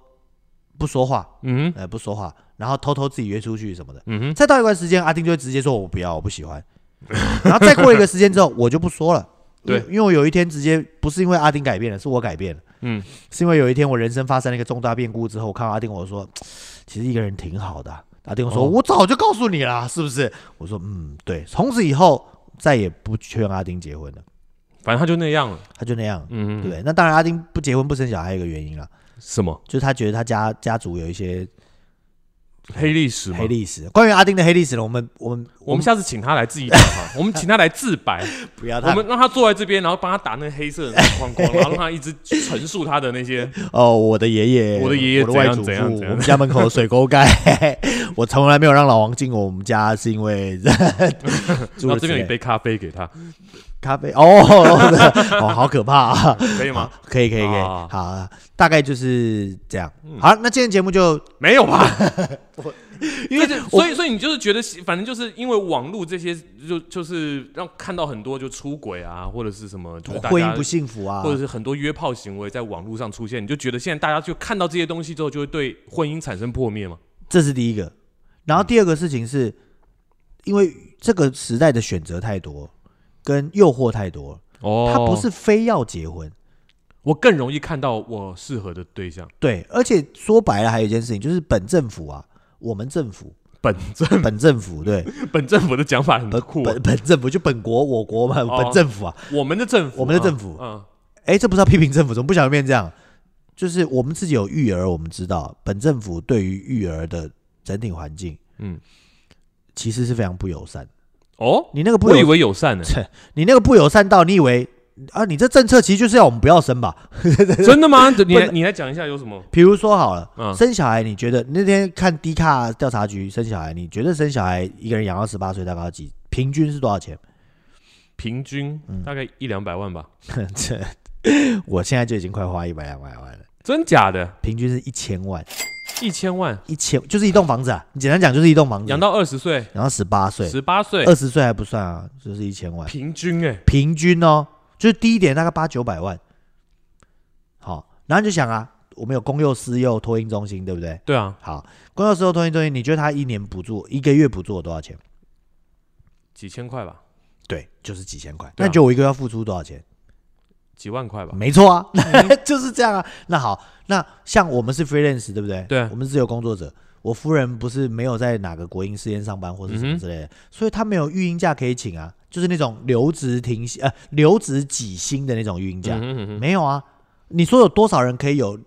Speaker 1: 不说话，
Speaker 2: 嗯哼
Speaker 1: 呃，不说话，然后偷偷自己约出去什么的。
Speaker 2: 嗯哼，
Speaker 1: 再到一段时间，阿丁就会直接说我不要，我不喜欢。然后再过一个时间之后，我就不说了。
Speaker 2: 对
Speaker 1: 因为因为我有一天直接不是因为阿丁改变了，是我改变了。
Speaker 2: 嗯，
Speaker 1: 是因为有一天我人生发生了一个重大变故之后，我看到阿丁，我说其实一个人挺好的啊、阿丁说、
Speaker 2: 哦
Speaker 1: 我早就告诉你啊啦，是不是？我说嗯，对。从此以后再也不劝阿丁结婚了。
Speaker 2: 反正他就那样了。
Speaker 1: 他就那样，
Speaker 2: 嗯，
Speaker 1: 对不对？那当然，阿丁不结婚不生小孩还有一个原因啦，
Speaker 2: 什么
Speaker 1: 就是他觉得他家家族有一些
Speaker 2: 黑历史吗？
Speaker 1: 黑历史。关于阿丁的黑历史呢，我们我们
Speaker 2: 我们下次请他来自己打 吧，我们请他来自白，
Speaker 1: 不要
Speaker 2: 我
Speaker 1: 他
Speaker 2: 们让他坐在这边，然后帮他打那黑色的那框框，然后让他一直陈述他的 那些。
Speaker 1: 哦，我的爷爷，
Speaker 2: 我的爷爷
Speaker 1: 我的
Speaker 2: 怎
Speaker 1: 外
Speaker 2: 样
Speaker 1: 祖父，
Speaker 2: 怎样怎样
Speaker 1: 我们家门口的水沟 盖，我从来没有让老王进我们家，是因 为
Speaker 2: 然
Speaker 1: 住
Speaker 2: 后这边有一杯咖啡给他，
Speaker 1: 咖啡哦，哦，好可怕 啊！
Speaker 2: 可以吗？
Speaker 1: 可以，可以，可以，
Speaker 2: 啊嗯
Speaker 1: 好，大概就是这样。好，那今天节目就
Speaker 2: 没有 吧？
Speaker 1: 因为
Speaker 2: 这
Speaker 1: 我
Speaker 2: 所以所以你就是觉得，反正就是因为网络这些，就就是让看到很多就出轨啊，或者是什么，就是大
Speaker 1: 婚姻
Speaker 2: 家
Speaker 1: 不幸福啊
Speaker 2: 或，者是很多约炮行为在网络上出现，你就觉得现在大家就看到这些东西之后，就会对婚姻产生破灭吗？
Speaker 1: 这是第一个。然后
Speaker 2: 嗯
Speaker 1: 第二个事情是，因为这个时代的选择太多，跟诱惑太多了，
Speaker 2: 哦
Speaker 1: 他不是非要结婚。
Speaker 2: 我更容易看到我适合的对象，
Speaker 1: 对，而且说白了，还有一件事情，就是本政府啊，我们政 府，
Speaker 2: 本政
Speaker 1: 本政府，对，
Speaker 2: 本政府的讲法很
Speaker 1: 本
Speaker 2: 酷啊、
Speaker 1: 本本政府就本国我国嘛，
Speaker 2: 哦
Speaker 1: 本政府啊，
Speaker 2: 我们的政府，
Speaker 1: 我们的政府
Speaker 2: 嗯，
Speaker 1: 哎、这不是要批评政府，怎么不小心变这样？就是我们自己有育儿，我们知道本政府对于育儿的整体环境，
Speaker 2: 嗯
Speaker 1: 嗯，其实是非常不友善。
Speaker 2: 哦，
Speaker 1: 你那个不
Speaker 2: 我以
Speaker 1: 友，
Speaker 2: 为 友善呢、
Speaker 1: 你那个不友善到你以为啊，你这政策其实就是要我们不要生吧？
Speaker 2: 真的吗？你
Speaker 1: 不
Speaker 2: 来
Speaker 1: 是
Speaker 2: 你来讲一下有什么？
Speaker 1: 比如说好了，
Speaker 2: 嗯
Speaker 1: 生小孩，你觉得那天看低卡调查局生小孩，你觉得生小孩一个人养到十八岁大概要几？平均是多少钱？
Speaker 2: 平均
Speaker 1: 嗯
Speaker 2: 大概一两百万吧，
Speaker 1: 这我现在就已经快花一百两百万了，
Speaker 2: 真假的？
Speaker 1: 平均是一千万，
Speaker 2: 一千万
Speaker 1: 一千就是一栋房子啊。你简单讲就是一栋房子，
Speaker 2: 养到二十岁、
Speaker 1: 然后十八岁，
Speaker 2: 十八岁，
Speaker 1: 二十岁还不算啊，就是一千万，
Speaker 2: 平均哎、
Speaker 1: 平均哦，就是低一点大概八九百万。好，然后你就想啊，我们有公幼、私幼、托婴中心，对不对？
Speaker 2: 对啊，
Speaker 1: 好，公幼、私幼、托婴中心，你觉得他一年补助一个月补助我多少钱？
Speaker 2: 几千块吧，
Speaker 1: 对，就是几千块。
Speaker 2: 对
Speaker 1: 那
Speaker 2: 啊
Speaker 1: 你觉得我一个月要付出多少钱？
Speaker 2: 几万块吧，
Speaker 1: 没错 啊， 就是这样啊。那好，那像我们是 freelance，对不对？
Speaker 2: 对啊
Speaker 1: 我们是自由工作者。我夫人不是没有在哪个国营事业上班或是什
Speaker 2: 嗯
Speaker 1: 么
Speaker 2: 哼
Speaker 1: 之类的，所以她没有育婴假可以请啊，就是那种留职停薪呃留职几薪的那种育婴假，
Speaker 2: 嗯哼嗯哼
Speaker 1: 没有啊。你说有多少人可以有？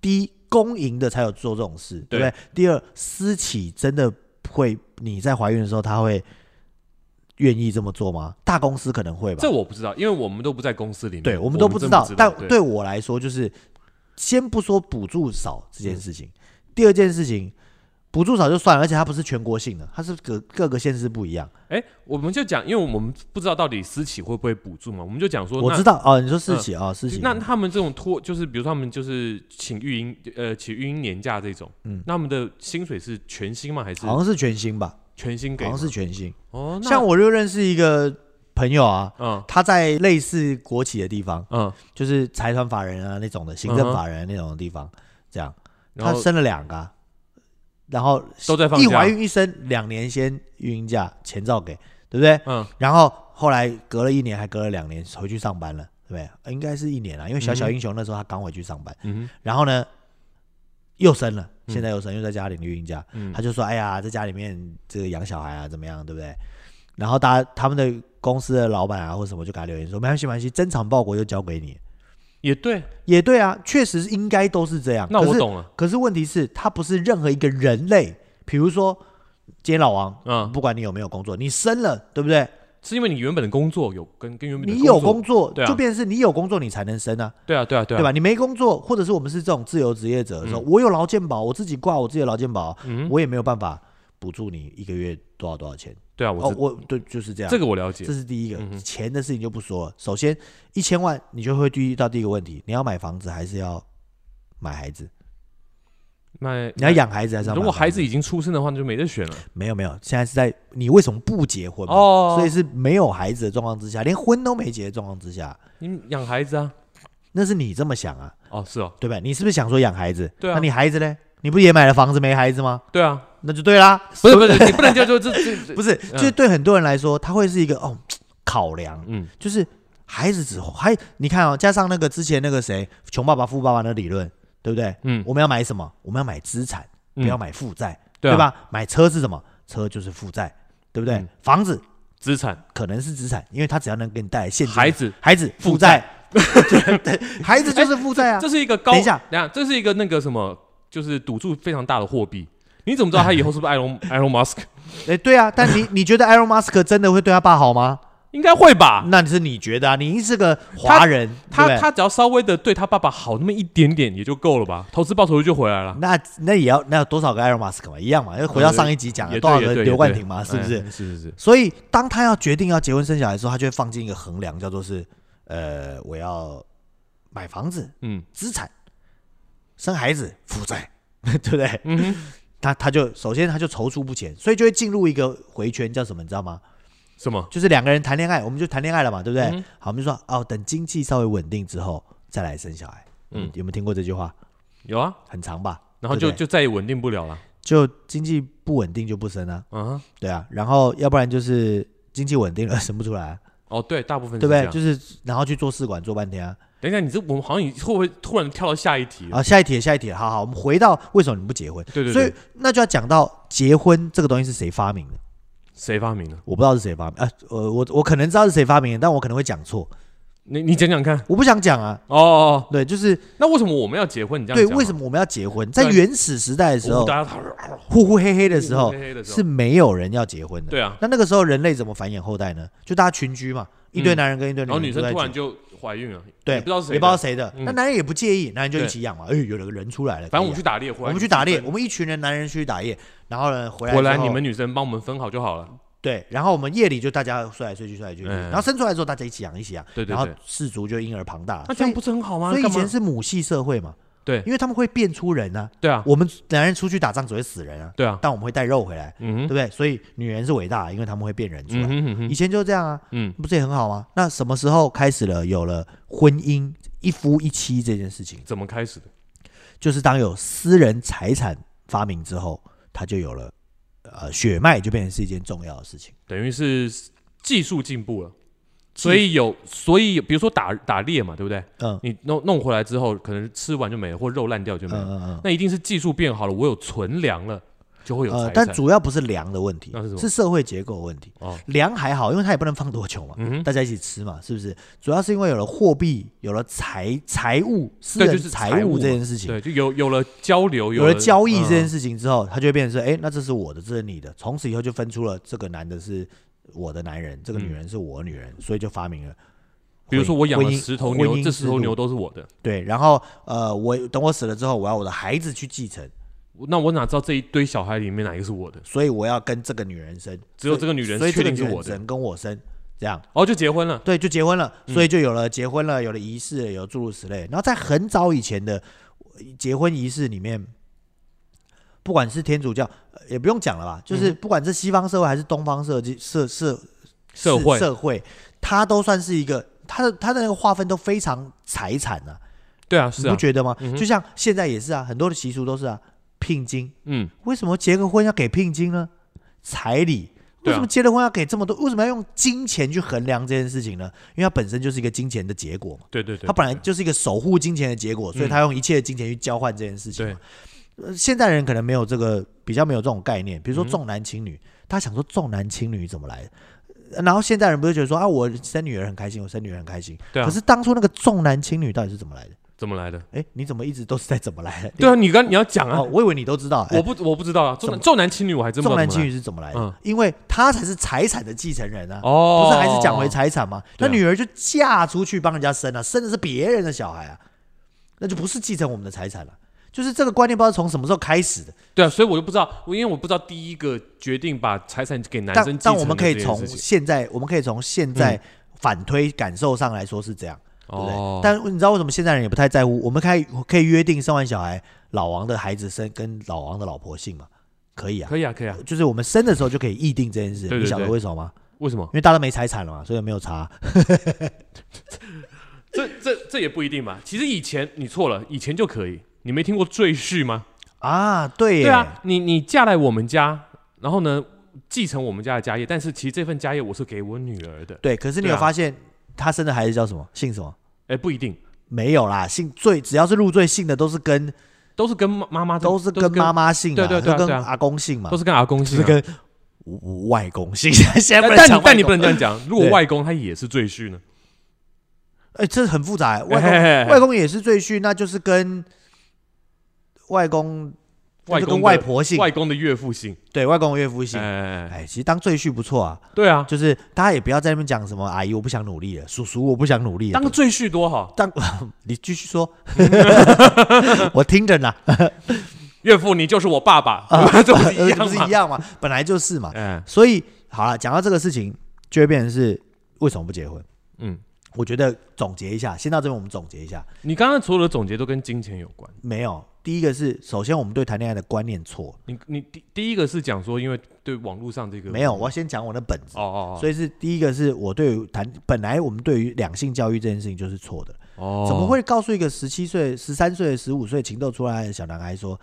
Speaker 1: 第一，公营的才有做这种事，对
Speaker 2: 对
Speaker 1: 不对？第二，私企真的会你在怀孕的时候，他会愿意这么做吗？大公司可能会吧，
Speaker 2: 这我不知道，因为我们都不在公司里面，
Speaker 1: 对我
Speaker 2: 们
Speaker 1: 们都
Speaker 2: 不
Speaker 1: 不知道。但
Speaker 2: 对
Speaker 1: 对我来说，就是先不说补助少这件事情，
Speaker 2: 嗯
Speaker 1: 第二件事情，补助少就算了，而且它不是全国性的，它是各各个县市不一样。
Speaker 2: 哎，我们就讲，因为我们不知道到底私企会不会补助嘛，我们就讲说，
Speaker 1: 我
Speaker 2: 那嗯
Speaker 1: 知道哦，你说私企哦，私企
Speaker 2: 那他们这种托，就是比如说他们就是请育婴，呃，请育婴年假这种，
Speaker 1: 嗯
Speaker 2: 那他们的薪水是全薪吗？还是
Speaker 1: 好像是全新吧，
Speaker 2: 全薪
Speaker 1: 好
Speaker 2: 给吗？
Speaker 1: 像是全新。
Speaker 2: 哦，那
Speaker 1: 像我就认识一个朋友啊，
Speaker 2: 嗯
Speaker 1: 他在类似国企的地方，
Speaker 2: 嗯，
Speaker 1: 就是财团法人啊那种的，行
Speaker 2: 嗯
Speaker 1: 政
Speaker 2: 哼
Speaker 1: 法人那种的地方，这样
Speaker 2: 然
Speaker 1: 他
Speaker 2: 后
Speaker 1: 生了两个啊，然后
Speaker 2: 都在放
Speaker 1: 一
Speaker 2: 假
Speaker 1: 怀，孕一生两年先育婴假钱照给，对不对？
Speaker 2: 嗯，
Speaker 1: 然后后来隔了一年，还隔了两年，回去上班了，对不对？呃应该是一年啦，因为小小英雄那时候他刚回去上班，
Speaker 2: 嗯
Speaker 1: 然后呢又生了，现在又生，又在家里育婴假，
Speaker 2: 嗯
Speaker 1: 他就说：“哎呀，在家里面这个养小孩啊，怎么样，对不对？”然后大家他们的公司的老板啊或什么就给他留言说：“没关系，没关系，争产报国就交给你。
Speaker 2: 也对，”
Speaker 1: 也对啊，确实是应该都是这样。
Speaker 2: 那
Speaker 1: 可
Speaker 2: 我
Speaker 1: 是
Speaker 2: 懂了，
Speaker 1: 可是问题是，他不是任何一个人类，比如说今天老王，
Speaker 2: 嗯，
Speaker 1: 不管你有没有工作，你生了，对不对？
Speaker 2: 是因为你原本的工作有跟跟原本的
Speaker 1: 你有
Speaker 2: 工
Speaker 1: 工
Speaker 2: 作，
Speaker 1: 作，
Speaker 2: 对啊
Speaker 1: 就变成是你有工作你才能生啊，
Speaker 2: 对啊对啊对
Speaker 1: 对
Speaker 2: 啊，
Speaker 1: 吧？你没工作，或者是我们是这种自由职业者的时候，我有劳健保，我自己挂我自己的劳健保，
Speaker 2: 嗯，
Speaker 1: 我也没有办法补助你一个月多少多少钱。
Speaker 2: 对啊，
Speaker 1: 哦
Speaker 2: 我，知
Speaker 1: 我对，就是这样。
Speaker 2: 这个我了解
Speaker 1: 这，是第一个
Speaker 2: 嗯哼
Speaker 1: 钱的事情就不说了。首先，一千万你就会遇到第一个问题：你要买房子还是要买孩子？
Speaker 2: 那
Speaker 1: 你要养孩子还是要买
Speaker 2: 如
Speaker 1: 房子？
Speaker 2: 果孩子已经出生的话，那就没得选了，
Speaker 1: 没有没有，现在是在你为什么不结婚嘛？
Speaker 2: 哦
Speaker 1: 所以是没有孩子的状况之下，连婚都没结的状况之下，
Speaker 2: 你养孩子啊，
Speaker 1: 那是你这么想啊。
Speaker 2: 哦是哦，
Speaker 1: 对吧？你是不是想说养孩子？
Speaker 2: 对啊
Speaker 1: 那你孩子嘞？你不也买了房子没孩子吗？
Speaker 2: 对啊，
Speaker 1: 那就对啦。
Speaker 2: 不是嗯不是，你不能叫做这这，
Speaker 1: 不是，就是对很多人来说，他会是一个哦考量，
Speaker 2: 嗯。
Speaker 1: 就是孩子之后还你看哦，加上那个之前那个谁穷爸爸富爸爸的理论，对不对？
Speaker 2: 嗯
Speaker 1: 我们要买什么？我们要买资产，不
Speaker 2: 嗯
Speaker 1: 要买负债，
Speaker 2: 对啊
Speaker 1: 吧？买车是什么？车就是负债，对不对？
Speaker 2: 嗯
Speaker 1: 房子
Speaker 2: 资产、
Speaker 1: 可能是资产，因为他只要能给你带来现金，
Speaker 2: 孩子，
Speaker 1: 孩子负
Speaker 2: 负哎
Speaker 1: 债， 对对，孩子就是负债啊。
Speaker 2: 这是一个高，
Speaker 1: 等一下，
Speaker 2: 等一下，这是一个那个什么，就是赌注非常大的货币。你怎么知道他以后是不是埃隆 埃隆马斯克？
Speaker 1: 哎，对啊，但你你觉得 Elon Musk 真的会对他爸好吗？
Speaker 2: 应该会吧？
Speaker 1: 那是你觉得啊，你是个华人，
Speaker 2: 他
Speaker 1: 对不对
Speaker 2: 他只要稍微的对他爸爸好那么一点点也就够了吧？投资报酬率就回来了。
Speaker 1: 那那也要那有多少个 Elon Musk 嘛，一样嘛，又回到上一集讲
Speaker 2: 也
Speaker 1: 的
Speaker 2: 对
Speaker 1: 多少
Speaker 2: 也
Speaker 1: 个
Speaker 2: 对
Speaker 1: 刘
Speaker 2: 也
Speaker 1: 冠
Speaker 2: 对
Speaker 1: 廷嘛，是不
Speaker 2: 哎
Speaker 1: 是？
Speaker 2: 是是是。
Speaker 1: 所以当他要决定要结婚生小孩的时候，他就会放进一个衡量，叫做是呃，我要买房子、
Speaker 2: 嗯
Speaker 1: 资产、生孩子、负债， 对不对？
Speaker 2: 嗯哼，
Speaker 1: 他他就首先他就踌躇不前，所以就会进入一个回圈，叫什么？你知道吗？
Speaker 2: 什么？
Speaker 1: 就是两个人谈恋爱，我们就谈恋爱了嘛，对不对？
Speaker 2: 嗯
Speaker 1: 好，我们就说哦，等经济稍微稳定之后再来生小孩。
Speaker 2: 嗯
Speaker 1: 嗯，有没有听过这句话？
Speaker 2: 有啊，
Speaker 1: 很长吧？
Speaker 2: 然后
Speaker 1: 对
Speaker 2: 就
Speaker 1: 不对
Speaker 2: 就再也稳定不了了。
Speaker 1: 就经济不稳定就不生啊，
Speaker 2: 嗯哼，
Speaker 1: 对啊，然后要不然就是经济稳定了 生不出来啊、
Speaker 2: 哦，对，大部分是
Speaker 1: 对不
Speaker 2: 这
Speaker 1: 对？
Speaker 2: 样。
Speaker 1: 就是然后去做试管做半天啊。
Speaker 2: 等一下，你这我们好像会不会突然跳到下一题？
Speaker 1: 啊，下一题，下一题，好好，我们回到为什么你们不结婚？
Speaker 2: 对对
Speaker 1: 所以
Speaker 2: 对，
Speaker 1: 那就要讲到结婚这个东西是谁发明的？
Speaker 2: 谁发明的？
Speaker 1: 我不知道是谁发明，啊，呃，我我可能知道是谁发明的，但我可能会讲错，
Speaker 2: 你你讲讲看。
Speaker 1: 我不想讲啊。
Speaker 2: 哦哦，哦
Speaker 1: 对，就是
Speaker 2: 那为什么我们要结婚？你这样
Speaker 1: 对，
Speaker 2: 讲
Speaker 1: 为什
Speaker 2: 嘛
Speaker 1: 么我们要结婚？在
Speaker 2: 对
Speaker 1: 原始时代的时
Speaker 2: 我
Speaker 1: 候
Speaker 2: 们，大家哦
Speaker 1: 呼呼嘿嘿的时候
Speaker 2: 黑黑的时候
Speaker 1: 是没有人要结婚的。
Speaker 2: 对啊，
Speaker 1: 那那个时候人类怎么繁衍后代呢？就大家群居嘛，一堆男人跟一堆女
Speaker 2: 嗯然后
Speaker 1: 人
Speaker 2: 女
Speaker 1: 住
Speaker 2: 生
Speaker 1: 在一起，
Speaker 2: 突然就怀孕了，
Speaker 1: 对，
Speaker 2: 也不知道是谁的，
Speaker 1: 也不知道谁的，
Speaker 2: 嗯
Speaker 1: 那男人也不介意，男人就
Speaker 2: 对
Speaker 1: 一起养嘛。哎，有了个人出来了，
Speaker 2: 反正我们
Speaker 1: 可以
Speaker 2: 去
Speaker 1: 养
Speaker 2: 打猎，回来
Speaker 1: 啊我们去
Speaker 2: 就
Speaker 1: 打猎，
Speaker 2: 分
Speaker 1: 我们一群人男人去打猎，然后呢回来
Speaker 2: 回来
Speaker 1: 之后啊
Speaker 2: 你们女生帮我们分好就好了。
Speaker 1: 对，然后我们夜里就大家睡来睡去睡来睡去，
Speaker 2: 嗯
Speaker 1: 然后生出来之后大家一起养一起养，
Speaker 2: 对对
Speaker 1: 然后
Speaker 2: 对，
Speaker 1: 氏族就因而庞大。
Speaker 2: 那这
Speaker 1: 所
Speaker 2: 样
Speaker 1: 以
Speaker 2: 不是很好吗？
Speaker 1: 所以以
Speaker 2: 干嘛
Speaker 1: 前是母系社会嘛，
Speaker 2: 对
Speaker 1: 因为他们会变出人啊，
Speaker 2: 对啊，
Speaker 1: 我们男人出去打仗只会死人啊，
Speaker 2: 对啊，
Speaker 1: 但我们会带肉回来，
Speaker 2: 嗯
Speaker 1: 对
Speaker 2: 哼
Speaker 1: 不对？所以女人是伟大的，因为他们会变人出
Speaker 2: 嗯
Speaker 1: 来。
Speaker 2: 哼嗯
Speaker 1: 以
Speaker 2: 哼
Speaker 1: 前就这样啊，
Speaker 2: 嗯，
Speaker 1: 不是也很好吗？那什么时候开始了有了婚姻一夫一妻这件事情？
Speaker 2: 怎么开始的？
Speaker 1: 就是当有私人财产发明之后，它就有了，呃，血脉就变成是一件重要的事情。
Speaker 2: 等于是技术进步了。所以有，所以比如说打打猎嘛，对不对？
Speaker 1: 嗯
Speaker 2: 你弄弄回来之后，可能吃完就没了，或肉烂掉就
Speaker 1: 嗯
Speaker 2: 没了。
Speaker 1: 嗯
Speaker 2: 那一定是技术变好了，我有存粮了，就
Speaker 1: 嗯，
Speaker 2: 会有
Speaker 1: 呃
Speaker 2: 财，
Speaker 1: 但
Speaker 2: 产。
Speaker 1: 主要不是粮的问题
Speaker 2: 那是什，么
Speaker 1: 是社会结构的问题。
Speaker 2: 哦，
Speaker 1: 粮还好，因为它也不能放多久嘛，
Speaker 2: 嗯哼
Speaker 1: 大家一起吃嘛，是不是？主要是因为有了货币，有了财财务，私
Speaker 2: 对
Speaker 1: 人
Speaker 2: 就是财务
Speaker 1: 务
Speaker 2: 嘛
Speaker 1: 这件事情，
Speaker 2: 对，就有有了交流，
Speaker 1: 有了交易这
Speaker 2: 嗯
Speaker 1: 件事情之后，他就会变成是，哎、那这是我的，这是你的，从此以后就分出了这个男的是我的男人，这个女人是我女人，所以就发明了婚。
Speaker 2: 嗯比如说我养了
Speaker 1: 婚姻
Speaker 2: 十头
Speaker 1: 婚
Speaker 2: 牛，
Speaker 1: 姻
Speaker 2: 这
Speaker 1: 制
Speaker 2: 十头
Speaker 1: 度
Speaker 2: 牛都是我的，
Speaker 1: 对，然后呃，我等我死了之后，我要我的孩子去继承，
Speaker 2: 那我哪知道这一堆小孩里面哪一个是我的？
Speaker 1: 所以我要跟这个女人生，
Speaker 2: 只有这个女人
Speaker 1: 所以
Speaker 2: 确
Speaker 1: 这个
Speaker 2: 定
Speaker 1: 女
Speaker 2: 是我
Speaker 1: 人只
Speaker 2: 的，
Speaker 1: 能跟我生，这样
Speaker 2: 哦，就结婚了。
Speaker 1: 对，就结婚了，
Speaker 2: 嗯
Speaker 1: 所以就有了结婚了，有了仪式了，有诸如此类。然后在很早以前的结婚仪式里面，不管是天主教，呃也不用讲了吧，
Speaker 2: 嗯
Speaker 1: 就是不管是西方社会还是东方社社社
Speaker 2: 社会
Speaker 1: 社会，它都算是一个。它的它的那个划分都非常财产啊，
Speaker 2: 对啊，
Speaker 1: 你
Speaker 2: 是
Speaker 1: 不
Speaker 2: 啊，
Speaker 1: 觉得吗？
Speaker 2: 嗯哼
Speaker 1: 就像现在也是啊，很多的习俗都是啊，聘金，
Speaker 2: 嗯，
Speaker 1: 为什么结个婚要给聘金呢？彩礼。为
Speaker 2: 对啊
Speaker 1: 什么结了婚要给这么多？为什么要用金钱去衡量这件事情呢？因为它本身就是一个金钱的结果嘛，
Speaker 2: 对对对，
Speaker 1: 它本来
Speaker 2: 对
Speaker 1: 就是一个守护金钱的结果，所以
Speaker 2: 嗯
Speaker 1: 他用一切的金钱去交换这件事情
Speaker 2: 对
Speaker 1: 嘛。呃现代人可能没有这个，比较没有这种概念。比如
Speaker 2: 嗯
Speaker 1: 说重男轻女，他想说重男轻女怎么来的？呃然后现代人不是觉得说啊，我生女儿很开心，我生女儿很开心。
Speaker 2: 对啊
Speaker 1: 可是当初那个重男轻女到底是怎么来的？
Speaker 2: 怎么来的？
Speaker 1: 哎，你怎么一直都是在怎么来的？
Speaker 2: 对啊，你刚你要讲啊
Speaker 1: 哦，，我以为你都知道。哎
Speaker 2: 我不我不知道啊，重
Speaker 1: 怎
Speaker 2: 男
Speaker 1: 么
Speaker 2: 重男轻女我还真不知
Speaker 1: 重
Speaker 2: 道
Speaker 1: 男
Speaker 2: 怎么
Speaker 1: 轻
Speaker 2: 来
Speaker 1: 女是怎么来的？
Speaker 2: 嗯
Speaker 1: 因为他才是财产的继承人啊，
Speaker 2: 哦，
Speaker 1: 不是还是讲回财产吗？
Speaker 2: 对
Speaker 1: 那
Speaker 2: 啊
Speaker 1: 女儿就嫁出去帮人家生了、啊生的是别人的小孩啊，那就不是继承我们的财产了。就是这个观念不知道从什么时候开始的，
Speaker 2: 对啊，所以我就不知道，我因为我不知道第一个决定把财产给男
Speaker 1: 但
Speaker 2: 生继承
Speaker 1: 但
Speaker 2: 的
Speaker 1: 我们可以
Speaker 2: 这件
Speaker 1: 从
Speaker 2: 事情嗯
Speaker 1: 现在，我们可以从现在反推感受上来说是这样，对不对？
Speaker 2: 哦，
Speaker 1: 但你知道为什么现在人也不太在乎？我们可以可以约定生完小孩，老王的孩子生跟老王的老婆姓嘛？可以啊，
Speaker 2: 可以啊可以啊，
Speaker 1: 就是我们生的时候就可以议定这件事。
Speaker 2: 对对
Speaker 1: 你晓得
Speaker 2: 对
Speaker 1: 为什么吗？
Speaker 2: 为什么
Speaker 1: 因？为大家都没财产了嘛，所以没有查。
Speaker 2: 这这这也不一定吧。其实以前你错了，以前就可以。你没听过赘婿吗？
Speaker 1: 啊，对耶，
Speaker 2: 对啊，你你嫁来我们家，然后呢，继承我们家的家业，但是其实这份家业我是给我女儿的。
Speaker 1: 对可是你
Speaker 2: 对啊
Speaker 1: 有发现、他生的孩子叫什么？姓什么？
Speaker 2: 哎，不一定，
Speaker 1: 没有啦，姓最只要是入赘姓的都是跟
Speaker 2: 都是跟妈妈
Speaker 1: 都是跟妈，妈姓啊，
Speaker 2: 对对对啊
Speaker 1: 都
Speaker 2: 对
Speaker 1: 跟
Speaker 2: 啊
Speaker 1: 阿公姓嘛
Speaker 2: 都，是跟阿公
Speaker 1: 就是
Speaker 2: 姓啊。
Speaker 1: 跟无无外公性， 现在不能
Speaker 2: 但但
Speaker 1: 讲
Speaker 2: 你但你不
Speaker 1: 外公
Speaker 2: 能这样 讲，如果
Speaker 1: 对
Speaker 2: 外公他也是赘婿呢？
Speaker 1: 哎、这很复杂、外 公
Speaker 2: 嘿嘿嘿
Speaker 1: 外公也是赘婿，那就是跟外公
Speaker 2: 外
Speaker 1: 就
Speaker 2: 公
Speaker 1: 跟
Speaker 2: 的
Speaker 1: 外婆姓，
Speaker 2: 外公的岳父姓，
Speaker 1: 对外公岳父姓。
Speaker 2: 哎，
Speaker 1: 哎，其实当赘婿不错啊，
Speaker 2: 对啊，
Speaker 1: 就是大家也不要在那边讲什么阿姨我不想努力了，叔叔我不想努力了。
Speaker 2: 当赘婿多好，
Speaker 1: 当 你继续 说，我听着呢，
Speaker 2: 岳父你就是我爸爸， 这不是一
Speaker 1: 呃不
Speaker 2: 样
Speaker 1: 是
Speaker 2: 吗
Speaker 1: 一？样嘛，本来就是嘛。
Speaker 2: 哎，
Speaker 1: 所以好了，讲到这个事情，就会变成是为什么不结婚？
Speaker 2: 嗯，
Speaker 1: 我觉得总结一下，先到这边我们总结一下，
Speaker 2: 你刚刚所有的总结都跟金钱有关。
Speaker 1: 没有。第一个是，首先我们对谈恋爱的观念错，
Speaker 2: 你你第第一个是讲说，因为对网络上这个
Speaker 1: 没有，我要先讲我的本质。
Speaker 2: 哦哦，
Speaker 1: 所以是第一个是我对于谈，本来我们对于两性教育这件事情就是错的，
Speaker 2: 以哦
Speaker 1: 怎么会告诉一个十七岁、十三岁、十五岁情窦初开的小男孩说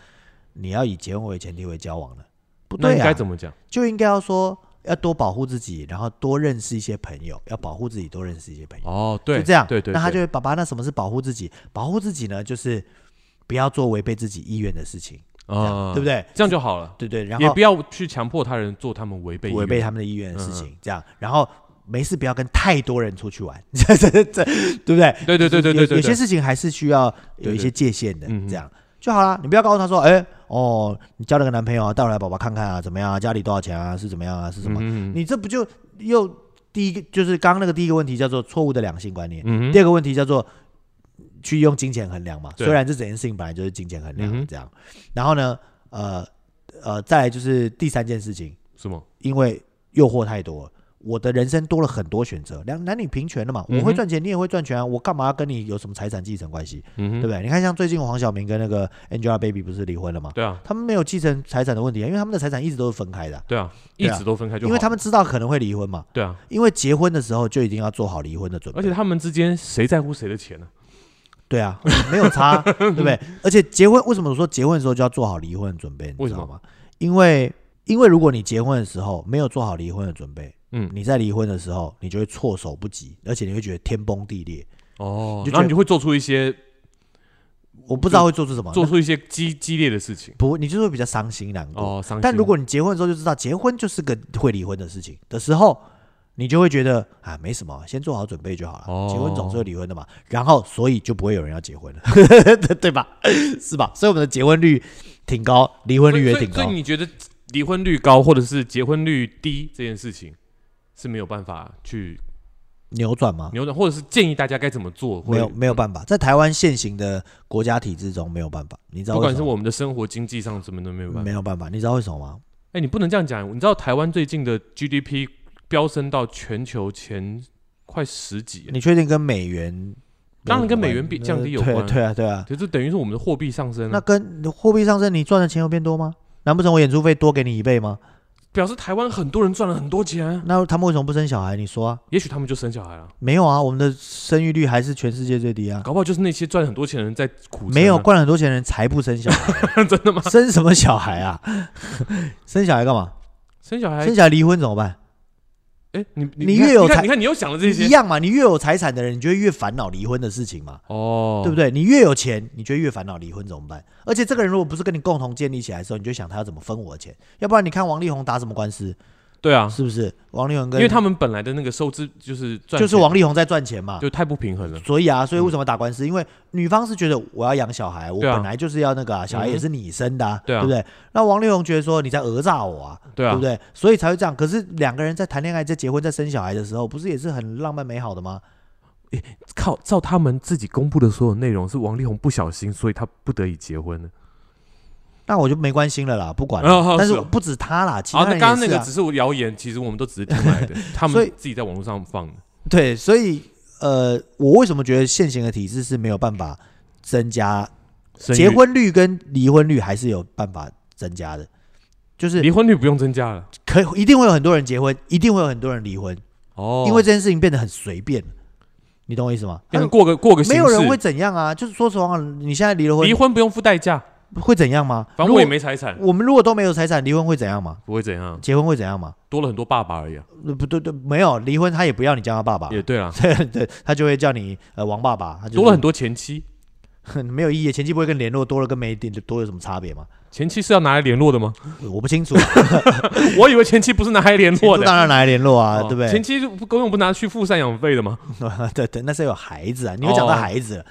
Speaker 1: 你要以结婚为前提为交往呢？不
Speaker 2: 那
Speaker 1: 对
Speaker 2: 应
Speaker 1: 啊
Speaker 2: 该，怎么讲？
Speaker 1: 就应该要说要多保护自己，然后多认识一些朋友，要保护自己，多认识一些朋友，
Speaker 2: 哦，对，
Speaker 1: 就这样。
Speaker 2: 对对，
Speaker 1: 那他
Speaker 2: 对
Speaker 1: 就会爸爸，那什么是保护自己？保护自己呢，就是不要做违背自己意愿的事情，这样
Speaker 2: 啊，
Speaker 1: 对不
Speaker 2: 对？
Speaker 1: 对？
Speaker 2: 这样就好了，
Speaker 1: 对对，然
Speaker 2: 也
Speaker 1: 后
Speaker 2: 不要去强迫他人做他们违背意
Speaker 1: 违
Speaker 2: 愿
Speaker 1: 背他们的意愿的事情，
Speaker 2: 嗯
Speaker 1: 这样，然后没事不要跟太多人出去玩， 这这这，对不对？
Speaker 2: 对对对对
Speaker 1: 有
Speaker 2: 对对，
Speaker 1: 有些
Speaker 2: 对
Speaker 1: 事情还是需要有一
Speaker 2: 对
Speaker 1: 些界限的，
Speaker 2: 嗯哼
Speaker 1: 这样就好啦。你不要告诉他说，哎，哦，你交了个男朋友啊，带我来宝宝看看啊，怎么样啊？家里多少钱啊？是怎么样啊？是什么？
Speaker 2: 嗯哼
Speaker 1: 你这不就又第一个就是刚刚那个第一个问题叫做错误的两性观念，
Speaker 2: 嗯
Speaker 1: 第
Speaker 2: 哼，
Speaker 1: 二个问题叫做去用金钱衡量嘛。
Speaker 2: 对
Speaker 1: 虽然这整件事情本来就是金钱衡
Speaker 2: 嗯
Speaker 1: 量
Speaker 2: 哼
Speaker 1: 这样，然后呢，呃呃，再来就是第三件事情。
Speaker 2: 什么？
Speaker 1: 因为诱惑太多了，我的人生多了很多选择，两男女平权了嘛，
Speaker 2: 嗯哼
Speaker 1: 我会赚钱，你也会赚钱啊，我干嘛要跟你有什么财产继承关系，
Speaker 2: 嗯
Speaker 1: 对
Speaker 2: 哼，
Speaker 1: 不对？你看，像最近黄晓明跟那个 Angelababy 不是离婚了吗？
Speaker 2: 对啊，
Speaker 1: 他们没有继承财产的问题啊，因为他们的财产一直都是分开的啊、
Speaker 2: 对啊，一
Speaker 1: 对啊
Speaker 2: 直都分开就好，
Speaker 1: 因为他们知道可能会离婚嘛，
Speaker 2: 对啊，
Speaker 1: 因为结婚的时候就已经要做好离婚的准备，
Speaker 2: 而且他们之间谁在乎谁的钱呢？
Speaker 1: 对啊，没有 差，对不对？而且结婚为什么我说结婚的时候就要做好离婚的准备？你
Speaker 2: 为
Speaker 1: 知
Speaker 2: 什
Speaker 1: 道
Speaker 2: 么
Speaker 1: 吗？因为因为如果你结婚的时候没有做好离婚的准备，
Speaker 2: 嗯
Speaker 1: 你在离婚的时候你就会措手不及，而且你会觉得天崩地裂。
Speaker 2: 哦，
Speaker 1: 就
Speaker 2: 然
Speaker 1: 觉
Speaker 2: 后你
Speaker 1: 得
Speaker 2: 就会做出一些
Speaker 1: 我不知道会做出什么，
Speaker 2: 做
Speaker 1: 那
Speaker 2: 出一些激激烈的事情
Speaker 1: 不，你就是会比较伤心难过。
Speaker 2: 哦，伤心。
Speaker 1: 但如果你结婚的时候就知道，结婚就是个会离婚的事情的时候，你就会觉得啊，没什么，先做好准备就好了。
Speaker 2: 哦
Speaker 1: 结婚总是会离婚的嘛，然后所以就不会有人要结婚了， 对吧？是吧？所以我们的结婚率挺高，离婚
Speaker 2: 所以
Speaker 1: 率也
Speaker 2: 所以
Speaker 1: 挺
Speaker 2: 所以
Speaker 1: 高。
Speaker 2: 你觉得离婚率高或者是结婚率低这件事情是没有办法去
Speaker 1: 扭转吗？
Speaker 2: 扭转，或者是建议大家该怎么做？会
Speaker 1: 哦没有，没有办法，在台湾现行的国家体制中没有办法。你知道
Speaker 2: 不
Speaker 1: 为
Speaker 2: 管
Speaker 1: 什
Speaker 2: 是
Speaker 1: 么？
Speaker 2: 我们的生活、经济上什么都没有办法
Speaker 1: 没。有办法，你知道为什么吗？
Speaker 2: 哎、你不能这样讲。你知道台湾最近的 GDP 飙升到全球前快十几，
Speaker 1: 你确定跟美元？
Speaker 2: 当然跟美元比降低有
Speaker 1: 对
Speaker 2: 关嗯
Speaker 1: 对啊，对啊。
Speaker 2: 就是等于是我们的货币上升啊
Speaker 1: 那
Speaker 2: 了，
Speaker 1: 跟货币上升，你赚的钱有变多吗？难不成我演出费多给你一倍吗？
Speaker 2: 表示台湾很多人赚了很多钱啊。
Speaker 1: 那他们为什么不生小孩？你说啊？
Speaker 2: 也许他们就生小孩了，
Speaker 1: 没有啊，我们的生育率还是全世界最低啊。
Speaker 2: 搞不好就是那些赚很多钱的人在苦撑啊、
Speaker 1: 没有赚很多钱的人才不生小孩，啊
Speaker 2: 真的吗？
Speaker 1: 生什么小孩啊？ 生小孩干嘛？
Speaker 2: 生小孩
Speaker 1: 生，小孩离婚怎么办？
Speaker 2: 哎、你
Speaker 1: 你
Speaker 2: 看
Speaker 1: 越有
Speaker 2: 你看，
Speaker 1: 才
Speaker 2: 你看你又想了这些
Speaker 1: 一，样嘛，你越有财产的人，你就会越烦恼离婚的事情嘛，
Speaker 2: 哦，
Speaker 1: 对不对？你越有钱，你就会越烦恼离婚怎么办？而且这个人如果不是跟你共同建立起来的时候，你就想他要怎么分我的钱，要不然你看王力宏打什么官司，
Speaker 2: 对啊，
Speaker 1: 是不是？王力宏
Speaker 2: 因
Speaker 1: 跟
Speaker 2: 为他们本来的那个收支就是赚钱
Speaker 1: 就是王力宏在赚钱嘛，
Speaker 2: 就太不平衡了，
Speaker 1: 所以啊，所以为什么打官司？因为女方是觉得我要养小孩，我
Speaker 2: 对啊嗯
Speaker 1: 本来就是要那个、啊，小孩也是你生的、啊
Speaker 2: 对啊
Speaker 1: 不对？那王力宏觉得说你在讹诈我啊，
Speaker 2: 对啊，
Speaker 1: 不对？所以才会这样。可是两个人在谈恋爱、在结婚、在生小孩的时候，不是也是很浪漫美好的吗？
Speaker 2: 靠，照他们自己公布的所有内容，是王力宏不小心，所以他不得已结婚了。
Speaker 1: 那我就没关心了啦，不管了。
Speaker 2: 哦哦
Speaker 1: 但是
Speaker 2: 是哦
Speaker 1: 我不止他啦，其他
Speaker 2: 啊，那
Speaker 1: 人也
Speaker 2: 刚
Speaker 1: 是、啊
Speaker 2: 刚那个只是谣言，其实我们都只是听来 的，他
Speaker 1: 所
Speaker 2: 们
Speaker 1: 以
Speaker 2: 自己在网络上放的。
Speaker 1: 对，所以呃，我为什么觉得现行的体制是没有办法增加
Speaker 2: 生育
Speaker 1: 结婚率跟离婚率，还是有办法增加的？就是
Speaker 2: 离婚率不用增加了
Speaker 1: 可以一定会有很多人结婚，一定会有很多人离婚，
Speaker 2: 哦，
Speaker 1: 因为这件事情变得很随便了，你懂我意思吗？啊
Speaker 2: 变成过个过
Speaker 1: 没
Speaker 2: 个形
Speaker 1: 有人会
Speaker 2: 式，
Speaker 1: 怎样啊？就是说实话，你现在离了婚
Speaker 2: 离婚不用付代价，
Speaker 1: 会怎样吗？
Speaker 2: 反正我也没财产
Speaker 1: 如，果。我们如果都没有财产，离婚会怎样吗？
Speaker 2: 不会怎样，
Speaker 1: 结婚会怎样吗？
Speaker 2: 多了很多爸爸而已、啊。
Speaker 1: 呃不对对，没有离婚，他 也不要你叫他爸爸，
Speaker 2: 也对啦，
Speaker 1: 对对，他就会叫你呃王爸爸，他就
Speaker 2: 多了很
Speaker 1: 多
Speaker 2: 多前妻，
Speaker 1: 没有意义，前期不会跟联络多了跟没多有什么差别吗？
Speaker 2: 前妻是要拿来联络的吗？
Speaker 1: 我不清楚，
Speaker 2: 我以为前妻不是拿来联络
Speaker 1: 前夫
Speaker 2: 的，
Speaker 1: 当然拿来联络啊，
Speaker 2: 哦
Speaker 1: 对不对？
Speaker 2: 前妻就不根本不拿去付赡养费的吗？
Speaker 1: 对对，那是有孩子啊。你又讲到
Speaker 2: 哦
Speaker 1: 孩子了，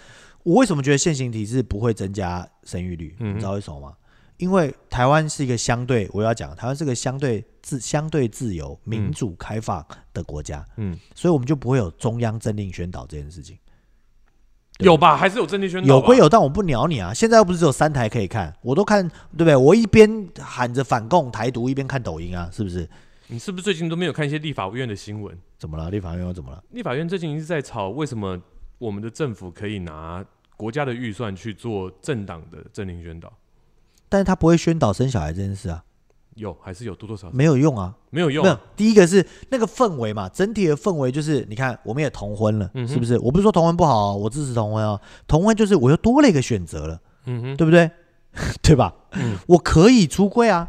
Speaker 1: 我为什么觉得现行体制不会增加生育率？
Speaker 2: 嗯
Speaker 1: 你知道为什么吗？因为台湾是一个相对，我要讲，台湾是个相对自相对自由、民主、开放的国家，
Speaker 2: 嗯，
Speaker 1: 所以我们就不会有中央政令宣导这件事情。对
Speaker 2: 有吧？还是有证据宣导
Speaker 1: 有
Speaker 2: 吧
Speaker 1: 归有，但我不鸟你啊！现在又不是只有三台可以看，我都看，对不对？我一边喊着反共台独，一边看抖音啊，是不是？
Speaker 2: 你是不是最近都没有看一些立法院的新闻？
Speaker 1: 怎么了？立法院又怎么了？
Speaker 2: 立法院最近一直在吵为什么我们的政府可以拿国家的预算去做政党的政令宣导，
Speaker 1: 但是他不会宣导生小孩这件事啊，
Speaker 2: 有还是有多多少少
Speaker 1: 没有用啊。
Speaker 2: 没有用
Speaker 1: 没有，第一个是那个氛围嘛，整体的氛围就是，你看我们也同婚了，
Speaker 2: 嗯哼
Speaker 1: 是不是？我不是说同婚不好哦、我支持同婚啊、同婚就是我又多了一个选择了，
Speaker 2: 嗯哼，
Speaker 1: 对不 对？对吧？
Speaker 2: 嗯
Speaker 1: 我可以出柜啊，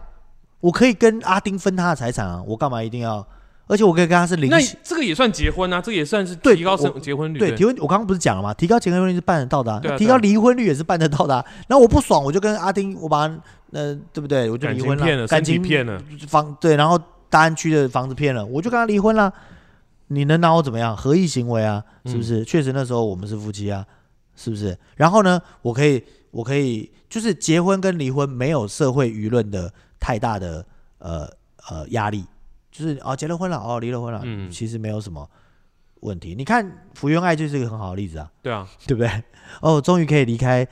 Speaker 1: 我可以跟阿丁分他的财产啊，我干嘛一定要？而且我可以跟他是零
Speaker 2: 那
Speaker 1: 息
Speaker 2: 这个也算结婚啊，这个也算是
Speaker 1: 对
Speaker 2: 提高生
Speaker 1: 我
Speaker 2: 结婚率。
Speaker 1: 对提婚，我刚刚不是讲了吗？提高结婚率是办得到的、啊，
Speaker 2: 对啊
Speaker 1: 那提高离婚率也是办得到的、啊。然后我不爽，我就跟阿丁，我把他呃，对不对？我就
Speaker 2: 感
Speaker 1: 离
Speaker 2: 情
Speaker 1: 婚啊
Speaker 2: 骗了，
Speaker 1: 感
Speaker 2: 身体
Speaker 1: 情
Speaker 2: 骗了，
Speaker 1: 房对，然后大安区的房子骗了，我就跟他离婚啦。你能拿我怎么样？合意行为啊，是不是？
Speaker 2: 嗯
Speaker 1: 确实那时候我们是夫妻啊，是不是？然后呢，我可以，我可以，就是结婚跟离婚没有社会舆论的太大的呃呃压力，就是哦结了婚了，哦离了婚了，
Speaker 2: 嗯
Speaker 1: 其实没有什么问题。你看福原爱就是一个很好的例子啊，
Speaker 2: 对啊，
Speaker 1: 对不对？哦，终于可以离开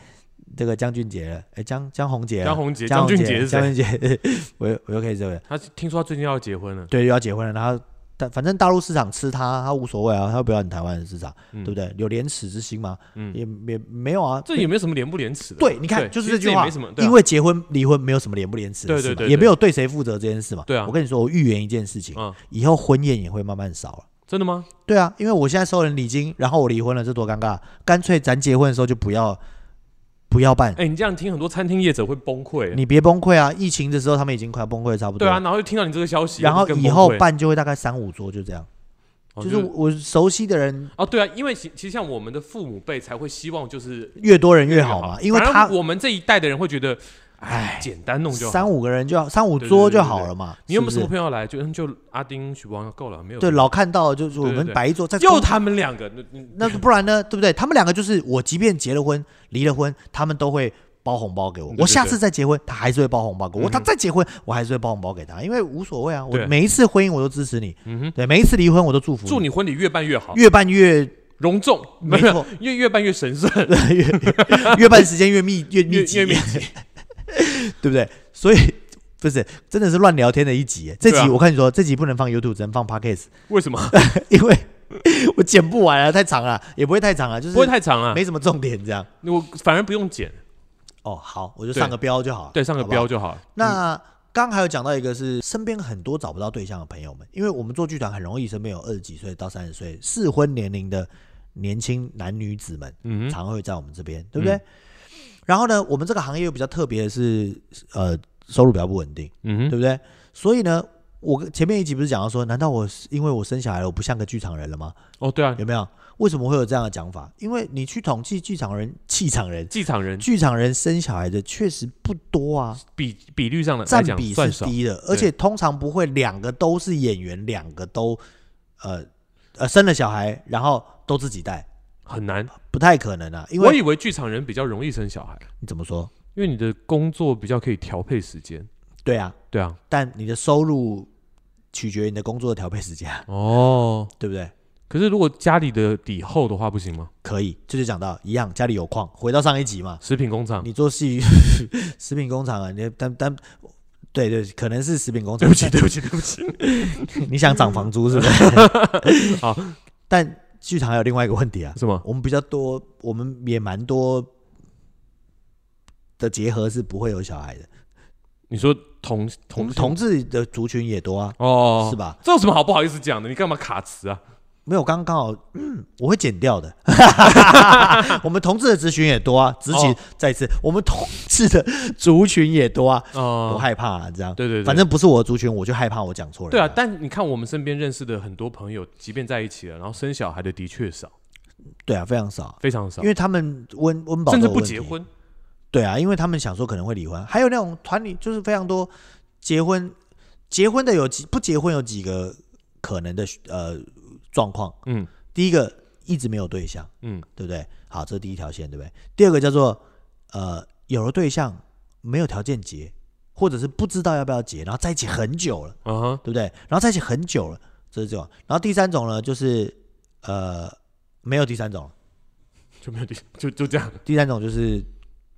Speaker 1: 这个江俊杰了，哎，江江宏杰了，
Speaker 2: 江宏杰、
Speaker 1: 江
Speaker 2: 张俊
Speaker 1: 宏
Speaker 2: 杰是
Speaker 1: 江
Speaker 2: 谁？
Speaker 1: 俊杰， 我又我又可以这个。
Speaker 2: 他听说他最近要结婚了，
Speaker 1: 对，又要结婚了，然后但反正大陆市场吃它，它无所谓啊，它又不要你台湾的市场，
Speaker 2: 嗯
Speaker 1: 对不对？有廉耻之心吗？
Speaker 2: 嗯
Speaker 1: 也也没有啊。
Speaker 2: 这也没有什么廉不廉耻的。
Speaker 1: 对，你看，就是
Speaker 2: 其
Speaker 1: 这
Speaker 2: 实
Speaker 1: 句
Speaker 2: 也
Speaker 1: 话
Speaker 2: 没什么，，对啊
Speaker 1: 因为结婚离婚没有什么廉不廉耻的
Speaker 2: 对
Speaker 1: 事
Speaker 2: 对
Speaker 1: 嘛
Speaker 2: 对
Speaker 1: 也
Speaker 2: 对
Speaker 1: 没有对谁负责这件事嘛。
Speaker 2: 对啊
Speaker 1: 我跟你说，我预言一件事情，
Speaker 2: 嗯，
Speaker 1: 以后婚宴也会慢慢少了。
Speaker 2: 真的吗？
Speaker 1: 对啊，因为我现在收人礼金，然后我离婚了，这多尴尬！干脆咱结婚的时候就不要不要办，
Speaker 2: 哎，你这样听很多餐厅业者会崩溃。
Speaker 1: 你别崩溃啊！疫情的时候他们已经快崩溃得差不多
Speaker 2: 对啊，
Speaker 1: 了，
Speaker 2: 然后又听到你这个消息，
Speaker 1: 然后
Speaker 2: 更
Speaker 1: 以
Speaker 2: 崩
Speaker 1: 后
Speaker 2: 溃
Speaker 1: 办就会大概三五桌就这样，
Speaker 2: 哦
Speaker 1: 就是我熟悉的人
Speaker 2: 哦，对啊，因为其其实像我们的父母辈才会希望就是
Speaker 1: 越多人越好嘛，因为
Speaker 2: 反而
Speaker 1: 他
Speaker 2: 我们这一代的人会觉得，哎
Speaker 1: 唉，
Speaker 2: 简单弄就好。
Speaker 1: 三五个人就好，三五
Speaker 2: 对对
Speaker 1: 桌就
Speaker 2: 对对
Speaker 1: 好
Speaker 2: 对
Speaker 1: 了嘛。
Speaker 2: 你有没
Speaker 1: 是不
Speaker 2: 有什么
Speaker 1: 是
Speaker 2: 朋友来？就嗯就阿丁、许光够了，没有
Speaker 1: 对，老看到就是我
Speaker 2: 对对
Speaker 1: 们
Speaker 2: 对
Speaker 1: 摆一桌，在
Speaker 2: 又
Speaker 1: 公
Speaker 2: 他们两个，那嗯那
Speaker 1: 那不然呢，对不对？他们两个就是我，即便结了婚、离了婚，他们都会包红包给我
Speaker 2: 对。对
Speaker 1: 我下次再结婚，他还是会包红包给我；
Speaker 2: 嗯
Speaker 1: 他再结婚，我还是会包红包给他，因为无所谓啊。我
Speaker 2: 对
Speaker 1: 每一次婚姻我都支持你，
Speaker 2: 嗯哼，
Speaker 1: 对，每一次离婚我都祝福
Speaker 2: 祝你婚礼越办越好，
Speaker 1: 越办越
Speaker 2: 隆重，
Speaker 1: 没
Speaker 2: 不是
Speaker 1: 错，
Speaker 2: 越越办越 神圣，
Speaker 1: 越越办时间越密越
Speaker 2: 越
Speaker 1: 密集
Speaker 2: 越密集。
Speaker 1: 对不对？所以不是真的是乱聊天的一集耶。这
Speaker 2: 对啊
Speaker 1: 集我看你说，这集不能放 YouTube，只能放 Podcast，
Speaker 2: 为什么？
Speaker 1: 因为 我剪不完啊，太长了，也不会太长了，就是
Speaker 2: 不会太长啊，
Speaker 1: 没什么重点这样。
Speaker 2: 我反而不用剪，
Speaker 1: 哦，好，我就
Speaker 2: 对
Speaker 1: 上个标就好了。
Speaker 2: 对，上个
Speaker 1: 好不好
Speaker 2: 标就嗯好了。
Speaker 1: 那刚刚还有讲到一个是身边很多找不到对象的朋友们，因为我们做剧团很容易身边有二十几岁到三十岁适婚年龄的年轻男女子们，
Speaker 2: 嗯哼，
Speaker 1: 常会在我们这边，对不对？然后呢，我们这个行业又比较特别的是，呃，收入比较不稳定。
Speaker 2: 嗯
Speaker 1: 对
Speaker 2: 哼，
Speaker 1: 不对？所以呢，我前面一集不是讲到说，难道我是因为我生小孩了，我不像个剧场人了吗？
Speaker 2: 哦，对啊，
Speaker 1: 有没有？为什么会有这样的讲法？因为你去统计剧场人、气场人、
Speaker 2: 剧场人
Speaker 1: 剧场人生小孩的确实不多啊，
Speaker 2: 比比率上的来
Speaker 1: 占
Speaker 2: 讲
Speaker 1: 比
Speaker 2: 算
Speaker 1: 是
Speaker 2: 少，
Speaker 1: 低的，而且通常不会两个都是演员，两个都呃呃生了小孩，然后都自己带，
Speaker 2: 很难。
Speaker 1: 不太可能啊。因
Speaker 2: 我
Speaker 1: 为
Speaker 2: 以为剧场人比较容易生小孩，
Speaker 1: 你怎么说？
Speaker 2: 因为你的工作比较可以调配时间。
Speaker 1: 对啊，
Speaker 2: 对啊，
Speaker 1: 但你的收入取决于你的工作的调配时间啊，
Speaker 2: 哦，
Speaker 1: 对不对？
Speaker 2: 可是如果家里的底厚的话，不行吗？
Speaker 1: 可以，这就讲到一样，家里有矿，回到上一集嘛，
Speaker 2: 食品工厂，
Speaker 1: 你 做戏食品工厂啊，你但但对对，可能是食品工厂。
Speaker 2: 对不起，对不起，对不起。
Speaker 1: 你想涨房租是不 是？
Speaker 2: 好，
Speaker 1: 但剧场还有另外一个问题啊，
Speaker 2: 什么？
Speaker 1: 我们比较多，我们也蛮多的结合是不会有小孩的，
Speaker 2: 你说同
Speaker 1: 我
Speaker 2: 同
Speaker 1: 们同志的族群也多啊，
Speaker 2: 哦，
Speaker 1: 是？吧？
Speaker 2: 这有什么好不好意思讲的？你干嘛卡词啊？
Speaker 1: 没有，刚刚刚好， 嗯，我会剪掉的。 我们同志的族群也多啊，直起
Speaker 2: 哦
Speaker 1: 再一次，我们同志的族群也多啊， 我
Speaker 2: 哦，
Speaker 1: 害怕啊，这样。
Speaker 2: 对对啊对，
Speaker 1: 反正不是我的族群，我就害怕我讲错了。
Speaker 2: 对啊。但你看我们身边认识的很多朋友，即便在一起了，然后生小孩的的确少。
Speaker 1: 对啊，非常少，
Speaker 2: 非常少
Speaker 1: 因，为他们温温饱
Speaker 2: 甚
Speaker 1: 都
Speaker 2: 至
Speaker 1: 有
Speaker 2: 不
Speaker 1: 问
Speaker 2: 结
Speaker 1: 题
Speaker 2: 婚。
Speaker 1: 对啊，因为他们想说可能会离婚，还有那种团里就是非常多结婚结婚的有几不结婚有几个可能的呃状况。
Speaker 2: 嗯
Speaker 1: 第一个一直没有对象，
Speaker 2: 嗯，
Speaker 1: 对不对？好，这是第一条线，对不对？第二个叫做呃有了对象没有条件结，或者是不知道要不要结，然后在一起很久了，
Speaker 2: 啊哈，
Speaker 1: 对不对？然后在一起很久了，这是这种。然后第三种呢，就是呃没有第三种了，
Speaker 2: 就没有第就就这样，
Speaker 1: 第三种就是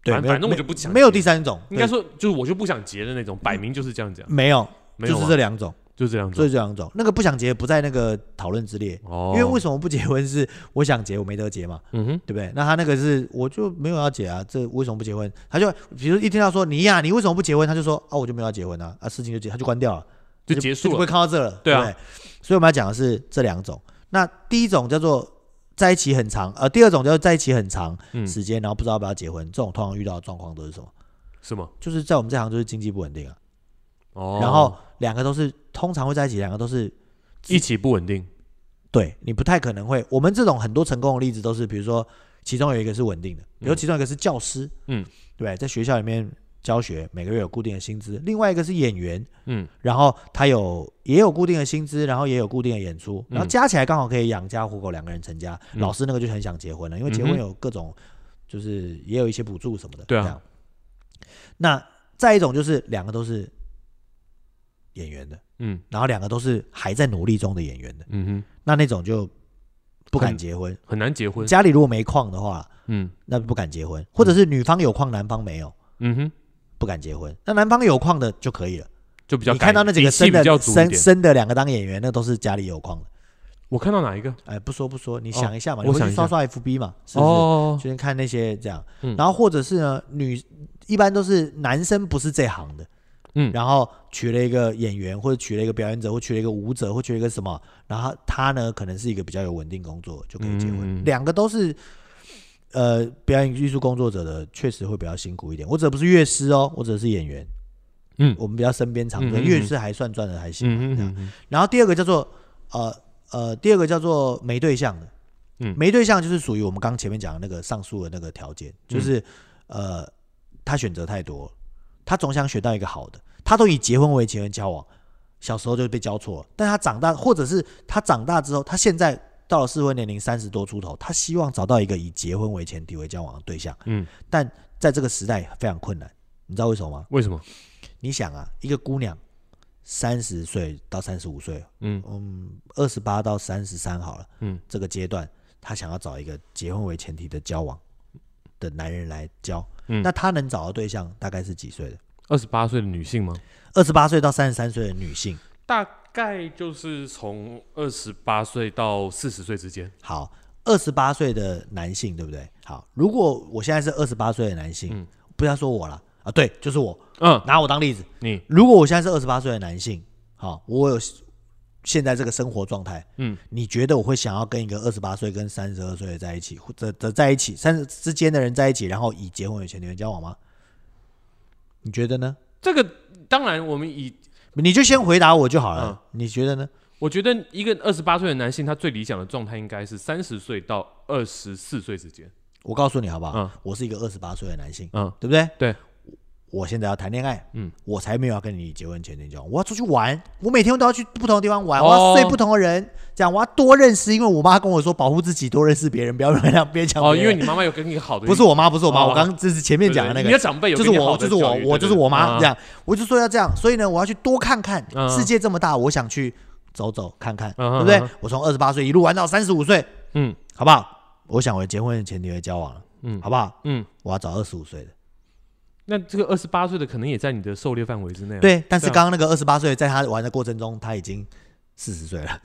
Speaker 1: 对，
Speaker 2: 反
Speaker 1: 没有
Speaker 2: 反正我
Speaker 1: 没
Speaker 2: 就不想
Speaker 1: 没有
Speaker 2: 结
Speaker 1: 第三种，
Speaker 2: 应该
Speaker 1: 对
Speaker 2: 说就是我就不想结的那种，摆明就是这样讲，
Speaker 1: 没有。
Speaker 2: 没有
Speaker 1: 就
Speaker 2: 啊
Speaker 1: 是这两种，
Speaker 2: 就这样
Speaker 1: 就
Speaker 2: 子。
Speaker 1: 是这两种。那个不想结不在那个讨论之列，
Speaker 2: 哦，
Speaker 1: 因为为什么不结婚是我想结我没得结嘛，
Speaker 2: 嗯哼，
Speaker 1: 对不对？那他那个是我就没有要结啊，这为什么不结婚？他就比如一听到说你呀、你为什么不结婚？他就说啊，我就没有要结婚啊，啊，事情就结，他就关掉了，
Speaker 2: 就
Speaker 1: 他
Speaker 2: 结
Speaker 1: 他
Speaker 2: 束
Speaker 1: 不会
Speaker 2: 了。
Speaker 1: 看到这了，
Speaker 2: 对啊
Speaker 1: 不对。所以我们要讲的是这两种。那第一种叫做在一起很长，呃，第二种叫做在一起很长
Speaker 2: 嗯，
Speaker 1: 时间，然后不知道要不要结婚，这种通常遇到的状况都是什么？
Speaker 2: 什么？
Speaker 1: 就是在我们这行就是经济不稳定啊，
Speaker 2: 哦，
Speaker 1: 然后两个都是通常会在一起，两个都是
Speaker 2: 一起不稳定。
Speaker 1: 对你不太可能会。我们这种很多成功的例子都是，比如说其中有一个是稳定的，比如其中一个是教师，
Speaker 2: 嗯，
Speaker 1: 对，在学校里面教学，每个月有固定的薪资；另外一个是演员，
Speaker 2: 嗯，
Speaker 1: 然后他有也有固定的薪资，然后也有固定的演出，然后
Speaker 2: 嗯
Speaker 1: 加起来刚好可以养家糊口，两个人成家。
Speaker 2: 嗯
Speaker 1: 老师那个就很想结婚了，因为结
Speaker 2: 嗯
Speaker 1: 婚
Speaker 2: 哼
Speaker 1: 有各种，就是也有一些补助什么的。
Speaker 2: 对啊
Speaker 1: 这样。那再一种就是两个都是演员的，
Speaker 2: 嗯
Speaker 1: 然后两个都是还在努力中的演员的。
Speaker 2: 嗯哼，
Speaker 1: 那那种就不敢
Speaker 2: 很
Speaker 1: 结婚。
Speaker 2: 很难结婚。
Speaker 1: 家里如果没矿的话，
Speaker 2: 嗯
Speaker 1: 那不敢结婚，或者是女方有矿，男方没有，
Speaker 2: 嗯哼，
Speaker 1: 不敢结婚。那男方有矿的就可以了。
Speaker 2: 就比较
Speaker 1: 你看到
Speaker 2: 感
Speaker 1: 那几个
Speaker 2: 底气
Speaker 1: 生
Speaker 2: 比较
Speaker 1: 的
Speaker 2: 足一
Speaker 1: 生
Speaker 2: 点。
Speaker 1: 生的两个当演员，那都是家里有矿的。
Speaker 2: 我看到哪一个？
Speaker 1: 哎，不说不说，你想一下嘛，
Speaker 2: 哦
Speaker 1: 你
Speaker 2: 我
Speaker 1: 回
Speaker 2: 想
Speaker 1: 去
Speaker 2: 一
Speaker 1: 刷刷
Speaker 2: 下
Speaker 1: FB 嘛，是不是？
Speaker 2: 哦，
Speaker 1: 就先看那些这样，
Speaker 2: 嗯
Speaker 1: 然后或者是呢，女一般都是男生不是这行的，
Speaker 2: 嗯
Speaker 1: 然后娶了一个演员，或者娶了一个表演者，或娶了一个舞者，或娶了一个什么，然后他呢可能是一个比较有稳定工作就可以结婚，
Speaker 2: 嗯
Speaker 1: 两个都是。呃，表演艺术工作者的确实会比较辛苦一点。我指的不是乐师哦，我指的是演员。
Speaker 2: 嗯
Speaker 1: 我们比较身边常
Speaker 2: 嗯
Speaker 1: 说，
Speaker 2: 嗯嗯
Speaker 1: 乐师还算赚的还行嘛。
Speaker 2: 嗯
Speaker 1: 这样
Speaker 2: 嗯嗯
Speaker 1: 然后第二个叫做呃呃，第二个叫做没对象的，
Speaker 2: 嗯
Speaker 1: 没对象就是属于我们刚刚前面讲的那个上述的那个条件，
Speaker 2: 嗯
Speaker 1: 就是、呃，他选择太多，他总想选到一个好的，他都以结婚为前缘交往，小时候就被交错了，但他长大，或者是他长大之后，他现在。到了适婚年龄三十多出头，他希望找到一个以结婚为前提为交往的对象，
Speaker 2: 嗯，
Speaker 1: 但在这个时代非常困难，你知道为什么吗？
Speaker 2: 为什么？
Speaker 1: 你想啊，一个姑娘三十岁到三十五岁，
Speaker 2: 嗯
Speaker 1: 嗯，二十八到三十三好了，
Speaker 2: 嗯，
Speaker 1: 这个阶段，她想要找一个结婚为前提的交往的男人来交，
Speaker 2: 嗯
Speaker 1: 那她能找到对象大概是几岁的？
Speaker 2: 二十八岁的女性吗？
Speaker 1: 二十八岁到三十三岁的女性。
Speaker 2: 大概就是从二十八岁到四十岁之间。
Speaker 1: 好，二十八岁的男性，对不对？好，如果我现在是二十八岁的男性，
Speaker 2: 嗯
Speaker 1: 不要说我了啊，对，就是我，
Speaker 2: 嗯，
Speaker 1: 拿我当例子。
Speaker 2: 你
Speaker 1: 如果我现在是二十八岁的男性，好，我有现在这个生活状态，
Speaker 2: 嗯，
Speaker 1: 你觉得我会想要跟一个二十八岁跟三十二岁的在一起，或者的在一起，三十之间的人在一起，然后以结婚为前提交往吗？你觉得呢？
Speaker 2: 这个当然，我们以
Speaker 1: 你就先回答我就好了。
Speaker 2: 嗯
Speaker 1: 你觉得呢？
Speaker 2: 我觉得一个二十八岁的男性，他最理想的状态应该是三十岁到二十四岁之间。
Speaker 1: 我告诉你好不好？
Speaker 2: 嗯
Speaker 1: 我是一个二十八岁的男性，
Speaker 2: 嗯，
Speaker 1: 对不对？
Speaker 2: 对，
Speaker 1: 我现在要谈恋爱，
Speaker 2: 嗯，
Speaker 1: 我才没有要跟你结婚前提交往，我要出去玩，我每天都要去不同的地方玩，
Speaker 2: 哦
Speaker 1: 我要睡不同的人，这样我要多认识，因为我妈跟我说保护自己，多认识别人，不要让别人抢别人。
Speaker 2: 哦，因为你妈妈有给你好的，
Speaker 1: 不是我妈，不是我妈，
Speaker 2: 哦
Speaker 1: 我刚刚这是前面讲的那
Speaker 2: 对对对你的
Speaker 1: 个。
Speaker 2: 长辈有
Speaker 1: 就
Speaker 2: 给
Speaker 1: 是
Speaker 2: 你
Speaker 1: 我，
Speaker 2: 好
Speaker 1: 就
Speaker 2: 的
Speaker 1: 是我
Speaker 2: 教育，
Speaker 1: 我就是我妈，这。
Speaker 2: 对对对啊
Speaker 1: 样，我就说要这样，所以呢，我要去多看看
Speaker 2: 嗯
Speaker 1: 世界这么大，我想去走走看看，
Speaker 2: 嗯
Speaker 1: 对不对
Speaker 2: 嗯嗯？
Speaker 1: 我从二十八岁一路玩到三十五岁，
Speaker 2: 嗯
Speaker 1: 好不好？我想我结婚的前提会交往了，
Speaker 2: 嗯
Speaker 1: 好不好？
Speaker 2: 嗯，
Speaker 1: 我要找二十五岁的，
Speaker 2: 那这个二十八岁的可能也在你的狩猎范围之内、啊。，
Speaker 1: 对，但是
Speaker 2: 对啊
Speaker 1: 刚刚那个二十八岁，在他玩的过程中，他已经四十岁了。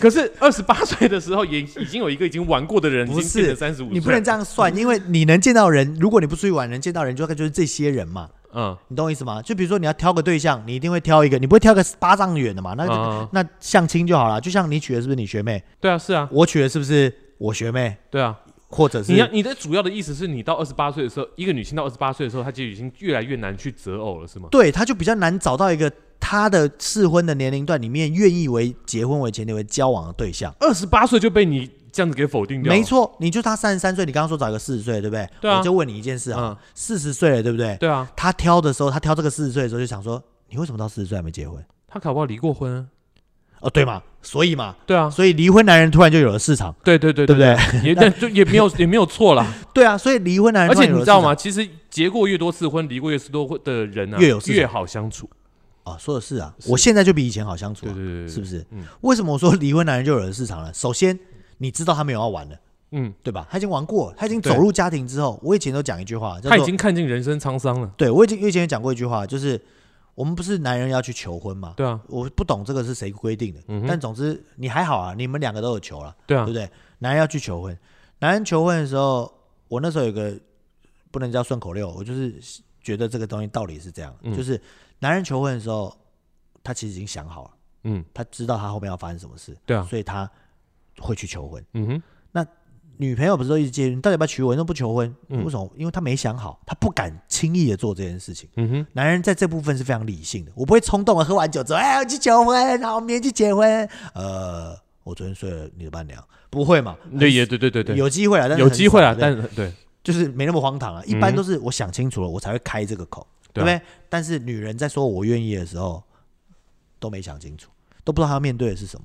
Speaker 2: 可是二十八 岁的时候也已经有一个已经玩过的人，已
Speaker 1: 不
Speaker 2: 经
Speaker 1: 是
Speaker 2: 变成三十五岁，
Speaker 1: 你不能这样算，因为你能见到人，如果你不出去玩，能见到人就大概就是这些人嘛，
Speaker 2: 嗯
Speaker 1: 你懂我意思吗？就比如说你要挑个对象，你一定会挑一个，你不会挑个八丈远的嘛？那就、
Speaker 2: 嗯
Speaker 1: 那相亲就好了。就像你娶的是不是你学妹，
Speaker 2: 对啊，是啊，
Speaker 1: 我娶的是不是我学妹，
Speaker 2: 对啊。
Speaker 1: 或者
Speaker 2: 你要
Speaker 1: 是
Speaker 2: 你的主要的意思是你到二十八岁的时候，一个女性到二十八岁的时候，她就已经越来越难去择偶了，是吗？
Speaker 1: 对，他就比较难找到一个他的适婚的年龄段里面愿意为结婚为前提为交往的对象。
Speaker 2: 二十八岁就被你这样子给否定掉，
Speaker 1: 没，错，你就他三十三岁，你刚刚说找一个四十岁，对不对？
Speaker 2: 对啊
Speaker 1: 我就问你一件事啊
Speaker 2: 嗯，
Speaker 1: 四十岁了，对不对？
Speaker 2: 对啊，
Speaker 1: 他挑的时候，他挑这个四十岁的时候，就想说，你为什么到四十岁还没结婚？
Speaker 2: 他搞不好离过婚啊，
Speaker 1: 哦，对嘛，所以嘛，
Speaker 2: 对啊，
Speaker 1: 所以离婚男人突然就有了市场，
Speaker 2: 对对对
Speaker 1: 对不
Speaker 2: 对，
Speaker 1: 对？
Speaker 2: 也 但就也没有也没有 错啦，
Speaker 1: 对啊，所以离婚男人
Speaker 2: 而
Speaker 1: 突
Speaker 2: 且
Speaker 1: 然有
Speaker 2: 你
Speaker 1: 了
Speaker 2: 知
Speaker 1: 市场
Speaker 2: 道吗？？其实结过越多次婚，离过越多婚的人啊，
Speaker 1: 越有市场
Speaker 2: 越好相处，
Speaker 1: 啊，说的是啊，
Speaker 2: 是
Speaker 1: 我现在就比以前好相处
Speaker 2: 对
Speaker 1: 啊，
Speaker 2: 对对，对
Speaker 1: 是不？是
Speaker 2: 嗯？
Speaker 1: 为什么我说离婚男人就有了市场了？首先，你知道他没有要玩了。
Speaker 2: 嗯，
Speaker 1: 对吧？他已经玩过了，他已经
Speaker 2: 对
Speaker 1: 走入家庭之后，我以前都讲一句话，叫
Speaker 2: 他已
Speaker 1: 做
Speaker 2: 经看尽人生沧桑了，
Speaker 1: 对我已经我以前也讲过一句话，就是我们不是男人要去求婚吗？
Speaker 2: 对啊，
Speaker 1: 我不懂这个是谁规定的，
Speaker 2: 嗯哼
Speaker 1: 但总之你还好啊，你们两个都有求了，
Speaker 2: 对啊
Speaker 1: 对不，对？男人要去求婚，男人求婚的时候，我那时候有个不能叫顺口溜，我就是觉得这个东西道理是这样，
Speaker 2: 嗯
Speaker 1: 就是男人求婚的时候，他其实已经想好了，
Speaker 2: 嗯，
Speaker 1: 他知道他后面要发生什么事，
Speaker 2: 对啊，
Speaker 1: 所以他会去求婚。
Speaker 2: 嗯哼，
Speaker 1: 女朋友不是都一直介意你到底要不要娶我？你怎么不求婚？
Speaker 2: 嗯
Speaker 1: 为什么？因为他没想好，他不敢轻易的做这件事情。
Speaker 2: 嗯哼，
Speaker 1: 男人在这部分是非常理性的，我不会冲动的喝完酒之后，哎，我去求婚，好，我明天去结婚。呃，我昨天睡了你的伴娘，不会嘛？
Speaker 2: 对也对对对对，
Speaker 1: 有机会了，啊但是
Speaker 2: 有机会
Speaker 1: 了
Speaker 2: 啦，，但对
Speaker 1: 就是没那么荒唐啊。一般
Speaker 2: 嗯
Speaker 1: 都是我想清楚了，我才会开这个口，对
Speaker 2: 对啊
Speaker 1: 不对？但是女人在说我愿意的时候，都没想清楚，都不知道她要面对的是什么。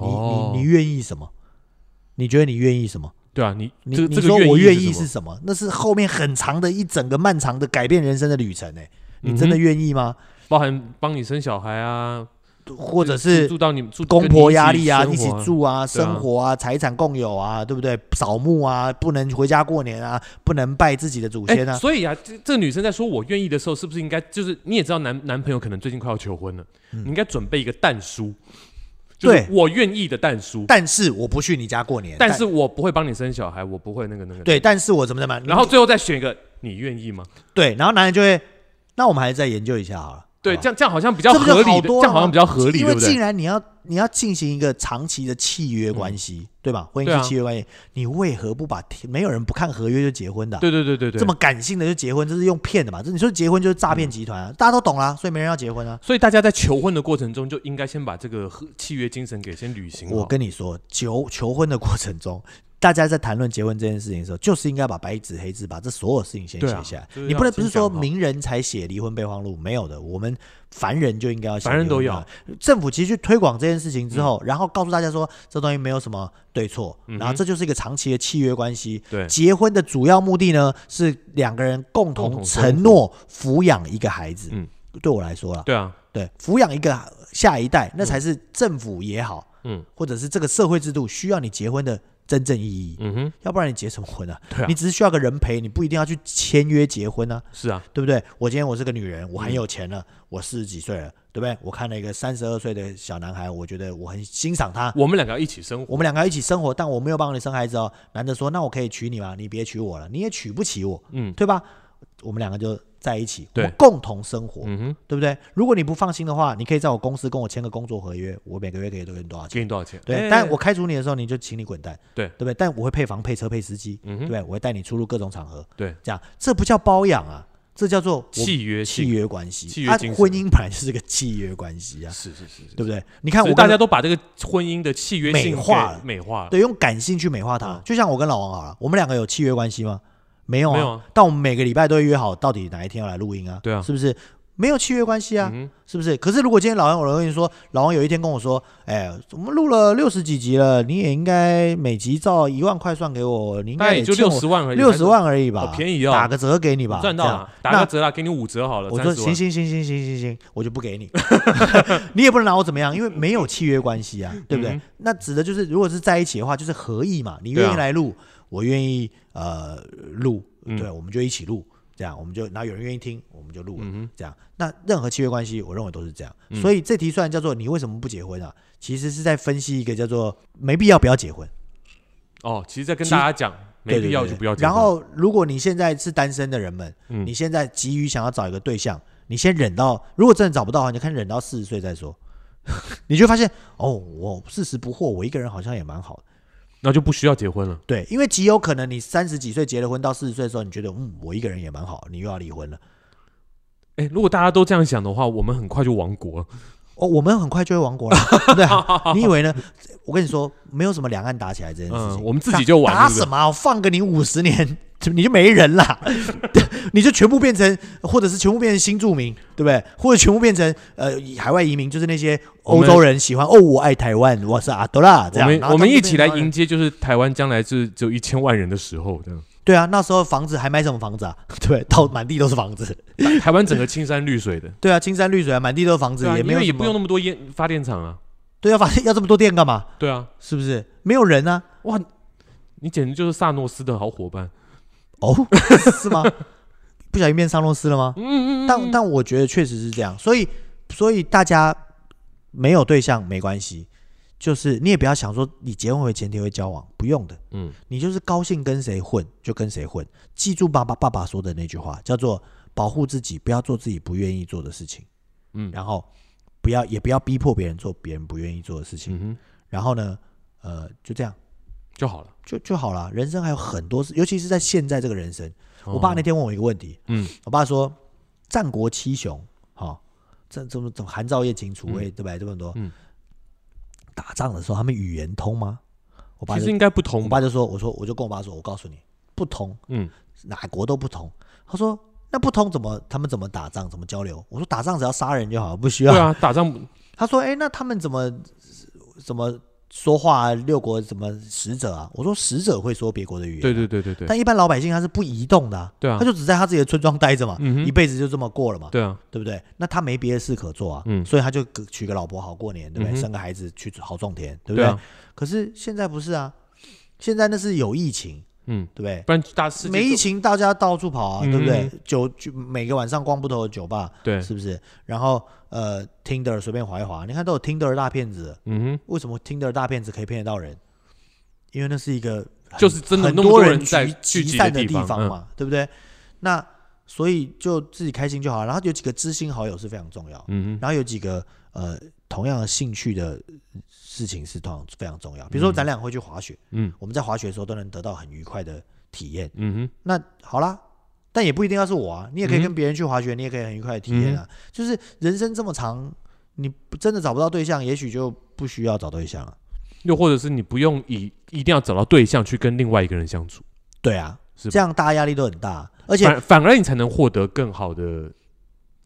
Speaker 1: 你、
Speaker 2: 哦
Speaker 1: 你你愿意什么？你觉得你愿意什么？
Speaker 2: 对啊，你
Speaker 1: 你
Speaker 2: 这
Speaker 1: 你
Speaker 2: 这
Speaker 1: 说
Speaker 2: 个
Speaker 1: 我愿
Speaker 2: 愿
Speaker 1: 意
Speaker 2: 是
Speaker 1: 是
Speaker 2: 什
Speaker 1: 什么？那是后面很长的一整个漫长的改变人生的旅程哎、你真
Speaker 2: 嗯
Speaker 1: 的
Speaker 2: 哼
Speaker 1: 愿意吗？
Speaker 2: 么包含帮你生小孩啊，
Speaker 1: 或者
Speaker 2: 住
Speaker 1: 是
Speaker 2: 住到你住
Speaker 1: 公婆压力啊，
Speaker 2: 啊，
Speaker 1: 一起住啊，
Speaker 2: 对啊
Speaker 1: 生活啊，财产共有啊，对不对？扫墓啊，不能回家过年啊，不能拜自己的祖
Speaker 2: 哎、
Speaker 1: 先啊。
Speaker 2: 所以啊，这这女生在说我愿意的时候，是不是应该就是你也知道男男朋友可能最近快要求婚了，你应该准备一个蛋书，就是
Speaker 1: 嗯对
Speaker 2: 我愿意的蛋书，
Speaker 1: 但是我不去你家过年，啊
Speaker 2: 但是我不会帮你生小孩，我不会那个那个。
Speaker 1: 对，但是我怎么怎么样，
Speaker 2: 然后最后再选一个，你愿意吗？
Speaker 1: 对，然后男人就会，那我们还是再研究一下好了。
Speaker 2: 对，
Speaker 1: 好吧
Speaker 2: 这样这样好像比较
Speaker 1: 啊这不就
Speaker 2: 合理
Speaker 1: 好
Speaker 2: 的，
Speaker 1: 多了
Speaker 2: 这样好像比较合理，
Speaker 1: 因
Speaker 2: 对
Speaker 1: 为
Speaker 2: 不
Speaker 1: 既
Speaker 2: 对？
Speaker 1: 然你要你要进行一个长期的契约关系，对吧？婚
Speaker 2: 对
Speaker 1: 姻
Speaker 2: 啊
Speaker 1: 是契约关系，你为何不把没有人不看合约就结婚的啊、
Speaker 2: 对对对对对。
Speaker 1: 这么感性的就结婚，这是用骗的嘛？这你说结婚就是诈骗集团
Speaker 2: 嗯
Speaker 1: 啊，大家都懂啦、所以没人要结婚啊。
Speaker 2: 所以大家在求婚的过程中，就应该先把这个合契约精神给先履行好。
Speaker 1: 我跟你说，求求婚的过程中，大家在谈论结婚这件事情的时候，就是应该把白纸黑字把这所有事情先
Speaker 2: 对啊
Speaker 1: 写下来。
Speaker 2: 就是
Speaker 1: 你
Speaker 2: 要
Speaker 1: 不能不是
Speaker 2: 先讲
Speaker 1: 说
Speaker 2: 好
Speaker 1: 名人才写离婚备忘录，没有的，我们凡人就应该要写
Speaker 2: 凡人
Speaker 1: 离婚
Speaker 2: 都
Speaker 1: 备
Speaker 2: 要嗯
Speaker 1: 忘录。政府其实去推广这件事情之后，然后告诉大家说这东西没有什么对错，
Speaker 2: 嗯哼
Speaker 1: 然后这就是一个长期的契约关系。
Speaker 2: 对
Speaker 1: 结婚的主要目的呢，是两个人共
Speaker 2: 共
Speaker 1: 同
Speaker 2: 同生活
Speaker 1: 承诺抚养一个孩子。
Speaker 2: 嗯
Speaker 1: 对我来说啦，
Speaker 2: 对啊，
Speaker 1: 对，抚养一个下一代，那才是政府也好，
Speaker 2: 嗯
Speaker 1: 或者是这个社会制度需要你结婚的真正意义。
Speaker 2: 嗯哼，
Speaker 1: 要不然你结什么婚啊？
Speaker 2: 对啊
Speaker 1: 你只是需要个人陪，你不一定要去签约结婚啊，
Speaker 2: 是啊，
Speaker 1: 对不对？我今天我是个女人，我很有钱了，我四十几岁了，对不对？我看了一个三十二岁的小男孩，我觉得我很欣赏他。
Speaker 2: 我们两个要一起生活。
Speaker 1: 我们两个一起生活，但我没有帮你生孩子哦。男的说：“那我可以娶你吗？你别娶我了，你也娶不起我，
Speaker 2: 嗯
Speaker 1: 对吧？”我们两个就在一起，我
Speaker 2: 对
Speaker 1: 们共同生活，
Speaker 2: 嗯哼，
Speaker 1: 对不对？如果你不放心的话，你可以在我公司跟我签个工作合约，我每个月可以多给你多少钱。
Speaker 2: 给你多少钱？
Speaker 1: 对，
Speaker 2: 哎
Speaker 1: 但我开除你的时候，你就请你滚蛋，
Speaker 2: 对
Speaker 1: 对不对？但我会配房、配车、配司机，
Speaker 2: 嗯
Speaker 1: 对不
Speaker 2: 哼，
Speaker 1: 对？我会带你出入各种场合，
Speaker 2: 对，
Speaker 1: 这样这不叫包养啊，这叫做我
Speaker 2: 契约
Speaker 1: 契
Speaker 2: 性
Speaker 1: 约关系。
Speaker 2: 契约
Speaker 1: 啊
Speaker 2: 精神
Speaker 1: 婚姻本来就是个契约关系啊，
Speaker 2: 是是是是。
Speaker 1: 对不对？你看
Speaker 2: 所
Speaker 1: 我
Speaker 2: 以大
Speaker 1: 跟
Speaker 2: 家都把这个婚姻的契约
Speaker 1: 美
Speaker 2: 性
Speaker 1: 化
Speaker 2: 给
Speaker 1: 了
Speaker 2: 美化了。
Speaker 1: 对用感性去美化它，就像我跟老王好了，我们两个有契约关系吗？没有啊，
Speaker 2: 嗯没有啊
Speaker 1: 但我们每个礼拜都会约好，到底哪一天要来录音啊？
Speaker 2: 对啊
Speaker 1: 是不是？没有契约关系啊，
Speaker 2: 嗯哼，
Speaker 1: 是不是？可是如果今天老王，我跟你说，老王有一天跟我说，哎，我们录了六十几集了，你也应该每集照一万块算给我，你应
Speaker 2: 大概
Speaker 1: 该
Speaker 2: 也就
Speaker 1: 欠
Speaker 2: 六
Speaker 1: 我
Speaker 2: 十万而已，
Speaker 1: 六十万而已吧，
Speaker 2: 好便宜哦
Speaker 1: 打个折给你吧，
Speaker 2: 赚到
Speaker 1: 这样
Speaker 2: 了，打个。折啦，给你五折好了。
Speaker 1: 那我说
Speaker 2: 30万
Speaker 1: 行，行行行行行行，我就不给 你， 你也不能拿我怎么样，因为没有契约关系啊，对不对？
Speaker 2: 嗯
Speaker 1: 那指的就是，如果是在一起的话，就是合意嘛，你愿
Speaker 2: 对
Speaker 1: 意
Speaker 2: 啊
Speaker 1: 来录，我愿意呃录，
Speaker 2: 嗯
Speaker 1: 对，我们就一起录，这样我们就，然后有人愿意听，我们就录了。
Speaker 2: 嗯哼，
Speaker 1: 这样，那任何契约关系，我认为都是这样。
Speaker 2: 嗯
Speaker 1: 所以这题虽然叫做“你为什么不结婚啊”，其实是在分析一个叫做“没必要不要结婚
Speaker 2: 哦，其实在跟
Speaker 1: 其实
Speaker 2: 大家讲，”，没
Speaker 1: 对
Speaker 2: 必要就不要
Speaker 1: 对对
Speaker 2: 结
Speaker 1: 对然
Speaker 2: 婚。
Speaker 1: 后，如果你现在是单身的人们，
Speaker 2: 嗯
Speaker 1: 你现在急于想要找一个对象，你先忍到，如果真的找不到的话，你就看忍到四十岁再说。 你就会发现哦，我四十不惑，我一个人好像也蛮好的。
Speaker 2: 那就不需要结婚了。
Speaker 1: 对，因为极有可能你三十几岁结了婚，到四十岁的时候，你觉得嗯，我一个人也蛮好，你又要离婚了。
Speaker 2: 哎，如果大家都这样想的话，我们很快就亡国了。
Speaker 1: 哦，我们很快就会亡国了， 对啊，你以为呢？我跟你说，没有什么两岸打起来这件事情，
Speaker 2: 嗯，我们自己就玩，
Speaker 1: 打
Speaker 2: 是不是
Speaker 1: 什么啊、我放个你五十年， 就你就没人啦， 你就全部变成，或者是全部变成新住民，对不对？或者全部变成呃海外移民，就是那些欧洲人喜欢哦，我爱台湾，我是阿德拉这
Speaker 2: 我
Speaker 1: 样。
Speaker 2: 们
Speaker 1: 然后
Speaker 2: 我们
Speaker 1: 他
Speaker 2: 一
Speaker 1: 就变
Speaker 2: 起来
Speaker 1: 台湾人
Speaker 2: 迎。接，就是台湾将来是只有一千万人的时候， 这样。
Speaker 1: 对啊，那时候房子还买什么房子啊？ 对，到满地都是房子。
Speaker 2: 台台湾整个青山绿 水的，
Speaker 1: 对啊，青山绿水啊，满地都是房子，
Speaker 2: 对啊，
Speaker 1: 也
Speaker 2: 因
Speaker 1: 没有
Speaker 2: 为也
Speaker 1: 什
Speaker 2: 不
Speaker 1: 么
Speaker 2: 用那么多烟发电厂啊，
Speaker 1: 对啊，反正要这么多店干嘛？
Speaker 2: 对啊，
Speaker 1: 是不是？没有人啊？
Speaker 2: 哇，你简直就是萨诺斯的好伙伴，
Speaker 1: 哦， 是吗？不小心变桑洛斯了吗？
Speaker 2: 嗯嗯嗯，
Speaker 1: 但但我觉得确实是这样，所以所以大家没有对象没关系，就是你也不要想说你结婚为前提会交往，不用的，
Speaker 2: 嗯，
Speaker 1: 你就是高兴跟谁混就跟谁混。记住爸爸爸爸说的那句话，叫做保护自己，不要做自己不愿意做的事情，
Speaker 2: 嗯
Speaker 1: 然后不要也不要逼迫别人做别人不愿意做的事情，
Speaker 2: 嗯哼，
Speaker 1: 然后呢，呃，就这样。
Speaker 2: 就好了。
Speaker 1: 就就好了，人生还有很多事，尤其是在现在这个人生。我爸
Speaker 2: 哦
Speaker 1: 那天问我一个问题，
Speaker 2: 嗯，
Speaker 1: 我爸说战国七雄，好、这这么怎么韩赵叶秦楚卫、对吧？这么多，
Speaker 2: 嗯
Speaker 1: 打仗的时候他们语言通吗？我爸
Speaker 2: 其
Speaker 1: 就
Speaker 2: 实应该不
Speaker 1: 我
Speaker 2: 同吧，
Speaker 1: 爸就说，我说我就跟我爸说，我告诉你，不通，
Speaker 2: 嗯，
Speaker 1: 哪国都不通。他说那不通怎么他们怎么打仗，怎么交流？我说打仗只要杀人就好，不需
Speaker 2: 对
Speaker 1: 要。
Speaker 2: 啊，打仗
Speaker 1: 他说：“哎、那他们怎么怎么说话、啊？六国怎么使者啊？”我说：“使者会说别国的语言啊、
Speaker 2: 对对对对对，
Speaker 1: 但一般老百姓他是不移动的、啊，
Speaker 2: 对啊
Speaker 1: 他就只在他自己的村庄待着嘛，
Speaker 2: 嗯哼
Speaker 1: 一辈子就这么过了嘛，
Speaker 2: 对啊，
Speaker 1: 对不对？那他没别的事可做啊，
Speaker 2: 嗯
Speaker 1: 所以他就给娶个老婆好过年，对不对？
Speaker 2: 嗯哼
Speaker 1: 生个孩子去好种田，对不
Speaker 2: 对
Speaker 1: 对？
Speaker 2: 啊，
Speaker 1: 可是现在不是啊，现在那是有疫情，
Speaker 2: 嗯，
Speaker 1: 对不对？
Speaker 2: 不然大世界
Speaker 1: 没疫
Speaker 2: 就
Speaker 1: 情，大家到处跑啊，
Speaker 2: 嗯
Speaker 1: 对不对？酒就每个晚上逛不头的酒吧，
Speaker 2: 对，
Speaker 1: 是不是？然后呃，Tinder 随便划一划，你看都有 Tinder 大骗子，
Speaker 2: 嗯
Speaker 1: 为什么 Tinder 大骗子可以骗得到人？因为那是一个很
Speaker 2: 就是真的
Speaker 1: 很
Speaker 2: 那么多人
Speaker 1: 聚
Speaker 2: 在
Speaker 1: 集
Speaker 2: 聚集的
Speaker 1: 散的
Speaker 2: 地方嗯
Speaker 1: 嘛，对不对？那所以就自己开心就好。然后有几个知心好友是非常重要，
Speaker 2: 哼，嗯
Speaker 1: 然后有几个呃同样的兴趣的事情是同样非常重要。比如说咱俩会去滑雪，
Speaker 2: 嗯
Speaker 1: 我们在滑雪的时候都能得到很愉快的体验。
Speaker 2: 嗯哼，
Speaker 1: 那好啦，但也不一定要是我啊，你也可以
Speaker 2: 嗯
Speaker 1: 跟别人去滑雪，你也可以很愉快的体验啊。就是人生这么长，你不真的找不到对象，也许就不需要找对象了。
Speaker 2: 又或者是你不用以一定要找到对象去跟另外一个人相处，
Speaker 1: 对啊，
Speaker 2: 是吧
Speaker 1: 这样大家压力都很大，啊而且
Speaker 2: 反反而你才能获得更好的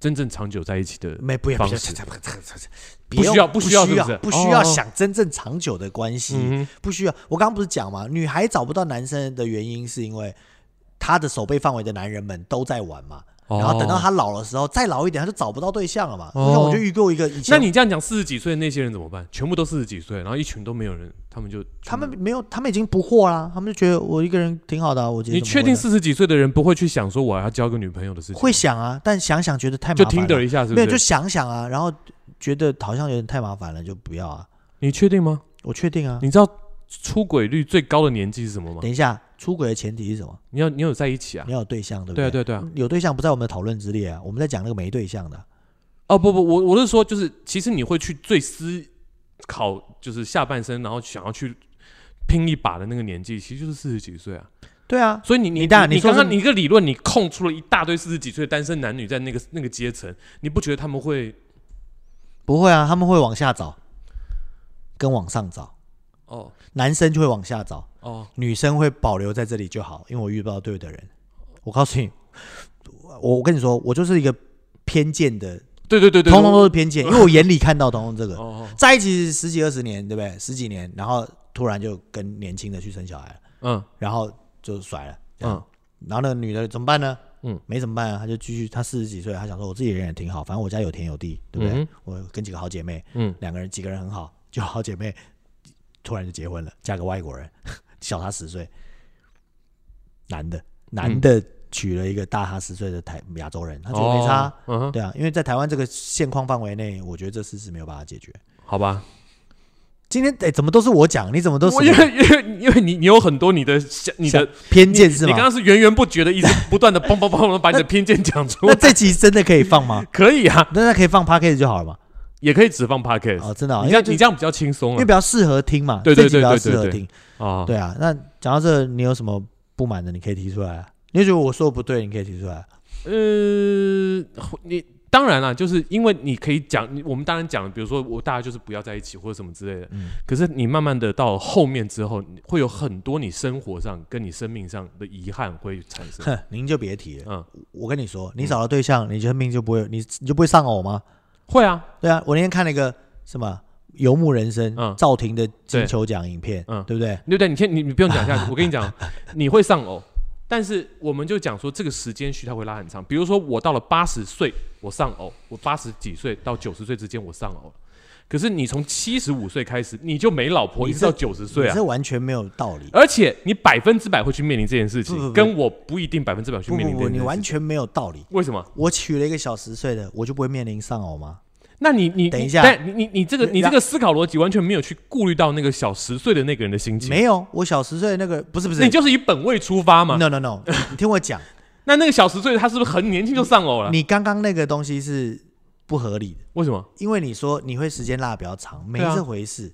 Speaker 2: 真正长久在一起的，
Speaker 1: 没不要
Speaker 2: 方
Speaker 1: 不要
Speaker 2: 式
Speaker 1: 这这这这这
Speaker 2: 不需要
Speaker 1: 用
Speaker 2: 不
Speaker 1: 不
Speaker 2: 需要
Speaker 1: 需
Speaker 2: 是
Speaker 1: 要不
Speaker 2: 不是
Speaker 1: 需要
Speaker 2: 哦
Speaker 1: 想真正长久的关系，
Speaker 2: 嗯哼，
Speaker 1: 不需要。我刚刚不是讲嘛，女孩找不到男生的原因是因为她的手背范围的男人们都在玩嘛，然后等到
Speaker 2: 哦
Speaker 1: 她老的时候，再老一点，她就找不到对象了嘛。
Speaker 2: 哦
Speaker 1: 就像我就遇过一个以
Speaker 2: 那
Speaker 1: 前，
Speaker 2: 你这样讲，四十几岁的那些人怎么办？全部都四十几岁，然后一群都没有人，他们就
Speaker 1: 他们
Speaker 2: 全部
Speaker 1: 没有，他们已经不惑啦，他们就觉得我一个人挺好的啊、我觉得
Speaker 2: 你
Speaker 1: 怎么
Speaker 2: 确
Speaker 1: 会
Speaker 2: 定
Speaker 1: 呢
Speaker 2: 四十几岁的人不会去想说我要交个女朋友的事情？
Speaker 1: 会想啊，但想想觉得太麻
Speaker 2: 就
Speaker 1: 烦
Speaker 2: 听
Speaker 1: 了，
Speaker 2: 得一下是不
Speaker 1: 没有
Speaker 2: 是？
Speaker 1: 就想想啊，然后觉得好像有点太麻烦了，就不要啊。
Speaker 2: 你确定吗？
Speaker 1: 我确定啊。
Speaker 2: 你知道出轨率最高的年纪是什么吗
Speaker 1: 等？一下，出轨的前提是什么？
Speaker 2: 你要你有在一起啊
Speaker 1: 你？要有对象，对不
Speaker 2: 对啊
Speaker 1: 对？
Speaker 2: 对啊对啊！
Speaker 1: 有对象不在我们的讨论之列啊，我们在讲那个没对象的。
Speaker 2: 哦不不，我我是说，就是其实你会去最思考，就是下半身，然后想要去拼一把的那个年纪，其实就是四十几岁啊。
Speaker 1: 对啊，
Speaker 2: 所以你
Speaker 1: 你当然
Speaker 2: 你
Speaker 1: 你说
Speaker 2: 刚
Speaker 1: 是
Speaker 2: 刚你一个理论，你空出了一大堆四十几岁的单身男女在那个那个阶层，你不觉得他们会
Speaker 1: 不会啊，他们会往下找，跟往上找，
Speaker 2: 哦
Speaker 1: 男生就会往下找，
Speaker 2: 哦
Speaker 1: 女生会保留在这里就好，因为我遇不到对的人。我告诉你，我我跟你说，我就是一个偏见的，
Speaker 2: 对对对对，
Speaker 1: 通通都是 偏见，因为我眼里看到通通这
Speaker 2: 我
Speaker 1: 个。
Speaker 2: 哦
Speaker 1: 在一起十几二十年，对不对？十几年，然后突然就跟年轻的去生小孩了，
Speaker 2: 哦
Speaker 1: 然后就甩了，
Speaker 2: 嗯嗯
Speaker 1: 然后那个女的怎么办呢？
Speaker 2: 嗯
Speaker 1: 嗯，没怎么办啊，她就继续。她四十几岁，她想说我自己人也挺好，反正我家有田有地，对不对？
Speaker 2: 嗯
Speaker 1: 我跟几个好姐妹，
Speaker 2: 嗯
Speaker 1: 两个人几个人很好，就好姐妹，突然就结婚了，嫁个外国人， 小她十岁，男的，男的娶了一个大她十岁的台亚洲人，她觉得没差，
Speaker 2: 嗯哦嗯哼
Speaker 1: 对啊，因为在台湾这个现况范围内，我觉得这事是没有办法解决。
Speaker 2: 好吧，
Speaker 1: 今天哎，怎么都是我讲？你怎么都是
Speaker 2: 我因为因为因为你你有很多你的想你的
Speaker 1: 偏见是
Speaker 2: 你
Speaker 1: 吗
Speaker 2: 刚？刚是源源不绝的一直不断的嘣 嘣嘣地把你的偏见讲出
Speaker 1: 那
Speaker 2: 来，
Speaker 1: 这集真的可以放吗？
Speaker 2: 可以啊，
Speaker 1: 那那可以放 p a c k a g e 就好了嘛？
Speaker 2: 也可以只放 podcast，
Speaker 1: 哦，真的、哦，
Speaker 2: 你
Speaker 1: 因为
Speaker 2: 这样
Speaker 1: 就
Speaker 2: 你这样比较轻松
Speaker 1: 因为
Speaker 2: 啊
Speaker 1: 比较适合听嘛，
Speaker 2: 对对
Speaker 1: 这
Speaker 2: 对对
Speaker 1: 集比较适合听。
Speaker 2: 啊，
Speaker 1: 对啊，那讲到这，你有什么不满的，你可以提出来啊。你觉得我说的不对，你可以提出来啊。
Speaker 2: 呃，你当然啦，就是因为你可以讲，你我们当然讲，比如说我大家就是不要在一起或者什么之类的。
Speaker 1: 嗯
Speaker 2: 可是你慢慢的到后面之后，你会有很多你生活上跟你生命上的遗憾会产 生。
Speaker 1: 哼，您就别提了。
Speaker 2: 嗯，
Speaker 1: 我跟你说，你找到对象，你生命就不会，你你就不会丧偶吗？
Speaker 2: 会啊，
Speaker 1: 对啊，我那天看了一个什么《游牧人生》
Speaker 2: 嗯
Speaker 1: 赵婷的金球奖影片，
Speaker 2: 嗯
Speaker 1: 对不对？
Speaker 2: 对不对？你先，你你不用讲下去，我跟你讲，你会丧偶，但是我们就讲说这个时间序它会拉很长。比如说我到了八十岁，我丧偶；我八十几岁到九十岁之间我丧偶了。可是你从七十五岁开始，你就没老婆，
Speaker 1: 你
Speaker 2: 一直
Speaker 1: 这
Speaker 2: 到九十岁
Speaker 1: 你
Speaker 2: 啊
Speaker 1: 这。完全没有道理。
Speaker 2: 而且你百分之百会去面临这件事情，
Speaker 1: 不不不
Speaker 2: 跟我不一定百分之百去
Speaker 1: 不
Speaker 2: 面临
Speaker 1: 不
Speaker 2: 这
Speaker 1: 不，
Speaker 2: 件事
Speaker 1: 你
Speaker 2: 情。
Speaker 1: 完全没有道理。
Speaker 2: 为什么？
Speaker 1: 我娶了一个小十岁的，我就不会面临丧偶吗？
Speaker 2: 那你你
Speaker 1: 等一下
Speaker 2: 但你你你这个你
Speaker 1: 然
Speaker 2: 这个思考逻辑完全没有去顾虑到那个小十岁的那个人的心情，
Speaker 1: 没有，我小十岁的那个不是不是
Speaker 2: 你就是以本位出发嘛。
Speaker 1: ，no no no，你听我讲，
Speaker 2: 那那个小十岁的他是不是很年轻就丧偶了？
Speaker 1: 你刚刚那个东西是不合理的，
Speaker 2: 为什么？
Speaker 1: 因为你说你会时间拉得比较长，没
Speaker 2: 对啊
Speaker 1: 这回事。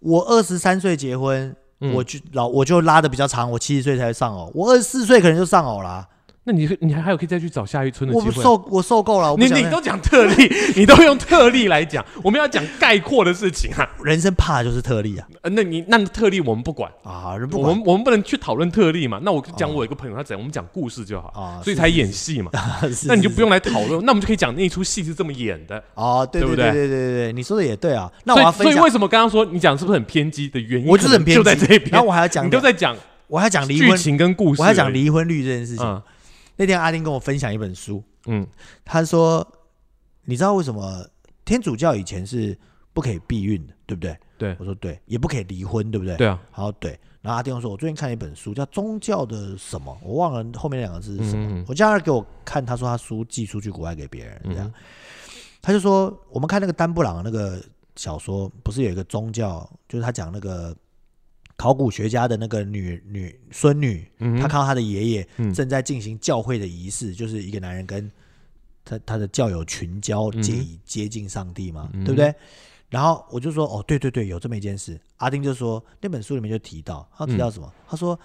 Speaker 1: 我二十三岁结婚，
Speaker 2: 嗯
Speaker 1: 我就老我就拉的比较长，我七十岁才会上偶，我二十四岁可能就上偶啦。
Speaker 2: 那你你还还有可以再去找下一村的
Speaker 1: 我
Speaker 2: 机
Speaker 1: 不
Speaker 2: 会啊。
Speaker 1: 受我受够了，我不
Speaker 2: 你
Speaker 1: 想
Speaker 2: 你
Speaker 1: 再
Speaker 2: 都讲特 例，你都用特例来讲，我们要讲概括的事情啊。
Speaker 1: 人生怕的就是特例啊
Speaker 2: 呃那你那特例我们不管，
Speaker 1: 啊，人不
Speaker 2: 我
Speaker 1: 管
Speaker 2: 们我们不能去讨论特例嘛。那我就讲我有一个朋友，他怎样，我们讲故事就好，
Speaker 1: 啊
Speaker 2: 所以
Speaker 1: 是
Speaker 2: 才演戏嘛。
Speaker 1: 是
Speaker 2: 那你就是不用来讨论，那我们就可以讲那一出戏是这么演的。
Speaker 1: 哦，对
Speaker 2: 对不
Speaker 1: 对对
Speaker 2: 对
Speaker 1: 对对，你说的也对啊。那我
Speaker 2: 所以
Speaker 1: 要
Speaker 2: 所
Speaker 1: 分
Speaker 2: 以
Speaker 1: 享
Speaker 2: 为，什么刚刚说你讲是不是很偏激的原因？
Speaker 1: 我就是很偏
Speaker 2: 可能就在这
Speaker 1: 激，
Speaker 2: 边。
Speaker 1: 然后我还要讲
Speaker 2: 你都
Speaker 1: 两，
Speaker 2: 在讲
Speaker 1: 我还要讲离
Speaker 2: 剧
Speaker 1: 婚，
Speaker 2: 情跟故事而已，
Speaker 1: 我还要讲离婚率这件事情。
Speaker 2: 嗯
Speaker 1: 那天阿丁跟我分享一本书，
Speaker 2: 嗯
Speaker 1: 他说：“你知道为什么天主教以前是不可以避孕的，对不对？”
Speaker 2: 对
Speaker 1: 我说：“对，也不可以离婚，对不对？”。
Speaker 2: 对啊，
Speaker 1: 好，对。然后阿丁说：“我最近看了一本书，叫《宗教的什么》，我忘了后面两个字是什么。
Speaker 2: 嗯嗯嗯
Speaker 1: 我家人给我看，他说他书寄出去国外给别人，这样。
Speaker 2: 嗯
Speaker 1: 他就说：“我们看那个丹布朗的那个小说，不是有一个宗教，就是他讲那个考古学家的那个女女孙女，
Speaker 2: 嗯
Speaker 1: 他
Speaker 2: 哼
Speaker 1: 看到他的爷爷
Speaker 2: 嗯
Speaker 1: 正在进行教会的仪式，就是一个男人跟他他的教友群交，
Speaker 2: 嗯哼
Speaker 1: 借以接近上帝嘛，
Speaker 2: 嗯哼
Speaker 1: 对不对？然后我就说，哦，对对对，有这么一件事。阿丁就说，那本书里面就提到，他提到什么？
Speaker 2: 嗯
Speaker 1: 他说，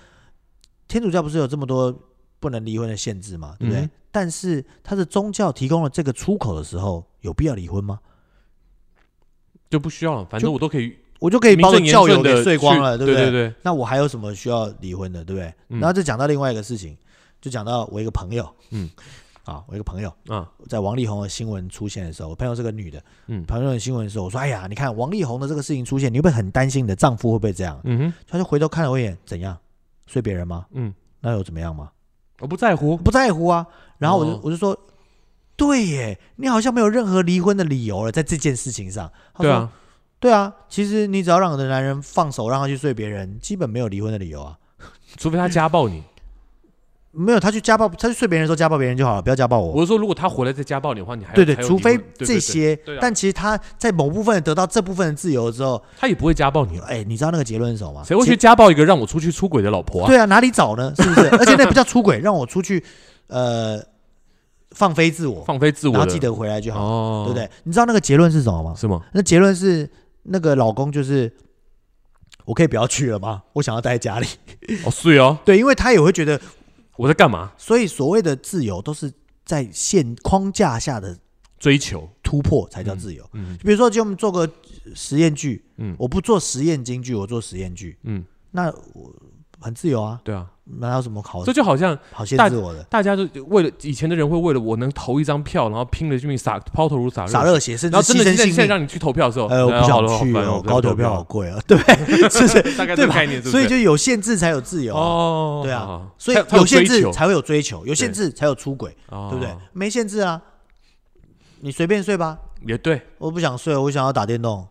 Speaker 1: 天主教不是有这么多不能离婚的限制嘛，对不对？
Speaker 2: 嗯哼
Speaker 1: 但是他的宗教提供了这个出口的时候，有必要离婚吗？
Speaker 2: 就不需要了，反正我都可以
Speaker 1: 我就可以
Speaker 2: 名
Speaker 1: 把我
Speaker 2: 正
Speaker 1: 的
Speaker 2: 言
Speaker 1: 教友
Speaker 2: 顺
Speaker 1: 给
Speaker 2: 的
Speaker 1: 睡光了，
Speaker 2: 对
Speaker 1: 不
Speaker 2: 对对，
Speaker 1: 那我还有什么需要离婚的，对不对？
Speaker 2: 嗯
Speaker 1: 然后就讲到另外一个事情，就讲到我一个朋友，
Speaker 2: 嗯，
Speaker 1: 啊，我一个朋友
Speaker 2: 啊，
Speaker 1: 在王力宏的新闻出现的时候，我朋友是个女的，
Speaker 2: 嗯
Speaker 1: 朋友的新闻的时候，我说，哎呀，你看王力宏的这个事情出现，你会不会很担心你的丈夫会不会这样？
Speaker 2: 嗯哼，
Speaker 1: 她就回头看了我一眼，怎样？睡别人吗？
Speaker 2: 嗯，
Speaker 1: 那又怎么样吗？
Speaker 2: 我不在乎
Speaker 1: 我，不在乎啊。然后我就、
Speaker 2: 哦
Speaker 1: 我就说，对耶，你好像没有任何离婚的理由了，在这件事情上。她
Speaker 2: 对
Speaker 1: 说，
Speaker 2: 啊，
Speaker 1: 对啊，其实你只要让你的男人放手，让他去睡别人，基本没有离婚的理由啊。
Speaker 2: 除非他家暴你。
Speaker 1: 哦没有，他去家暴，他去睡别人的时候家暴别人就好了，不要家暴我。
Speaker 2: 我是说，如果他回来再家暴你的话，你还
Speaker 1: 对对，
Speaker 2: 还有
Speaker 1: 除
Speaker 2: 理论
Speaker 1: 非
Speaker 2: 对
Speaker 1: 这
Speaker 2: 对对
Speaker 1: 些，
Speaker 2: 对啊
Speaker 1: 但其实他在某部分得到这部分的自由之后，
Speaker 2: 他也不会家暴你了。
Speaker 1: 哎，你知道那个结论是什么吗？
Speaker 2: 谁会去
Speaker 1: 结
Speaker 2: 家暴一个让我出去出轨的老婆啊？
Speaker 1: 对啊，哪里找呢？是不 是？而且那不叫出轨，让我出去，呃，放飞自我，
Speaker 2: 放飞自我的，
Speaker 1: 然后记得回来就好，
Speaker 2: 哦，
Speaker 1: 对不？对？你知道那个结论是什么吗？
Speaker 2: 是吗？
Speaker 1: 那结论是那个老公就是，我可以不要去了吗？我想要待在 家里。
Speaker 2: 哦，是哦，
Speaker 1: 对，因为他也会觉得
Speaker 2: 我在干嘛？
Speaker 1: 所以所谓的自由都是在限框架下的
Speaker 2: 追求，
Speaker 1: 突破才叫自由。
Speaker 2: 嗯
Speaker 1: 比如说，今天我们做个实验剧，
Speaker 2: 嗯
Speaker 1: 我不做实验京剧，我做实验剧，
Speaker 2: 嗯，
Speaker 1: 那我很自由啊，
Speaker 2: 对啊，
Speaker 1: 哪有什么好
Speaker 2: 这就好像
Speaker 1: 好限制我的？
Speaker 2: 大家就为了以前的人会为了我能投一张票，然后拼了命撒抛头颅洒
Speaker 1: 洒
Speaker 2: 热
Speaker 1: 热
Speaker 2: 血，
Speaker 1: 血，甚
Speaker 2: 然
Speaker 1: 至
Speaker 2: 后
Speaker 1: 牺
Speaker 2: 真的
Speaker 1: 牲
Speaker 2: 现在现在
Speaker 1: 性命。
Speaker 2: 让你去投票的时候，
Speaker 1: 呃，我
Speaker 2: 哎
Speaker 1: 不
Speaker 2: 好
Speaker 1: 想
Speaker 2: 了好
Speaker 1: 去
Speaker 2: 烦哦
Speaker 1: 哦，
Speaker 2: 不要
Speaker 1: 高
Speaker 2: 投
Speaker 1: 投票好
Speaker 2: 票，
Speaker 1: 贵啊，对，是不是？
Speaker 2: 大概这
Speaker 1: 对
Speaker 2: 个
Speaker 1: 吧
Speaker 2: 概念，
Speaker 1: 所以就有限制才有自由啊，
Speaker 2: 哦，
Speaker 1: 对啊
Speaker 2: 好好
Speaker 1: 所以
Speaker 2: 才才
Speaker 1: 有限
Speaker 2: 追
Speaker 1: 制
Speaker 2: 求
Speaker 1: 才会有追求，有限制才有出轨，
Speaker 2: 哦
Speaker 1: 对不对？没限制啊，你随便睡吧，
Speaker 2: 也对，
Speaker 1: 我不想睡，我想要打电动。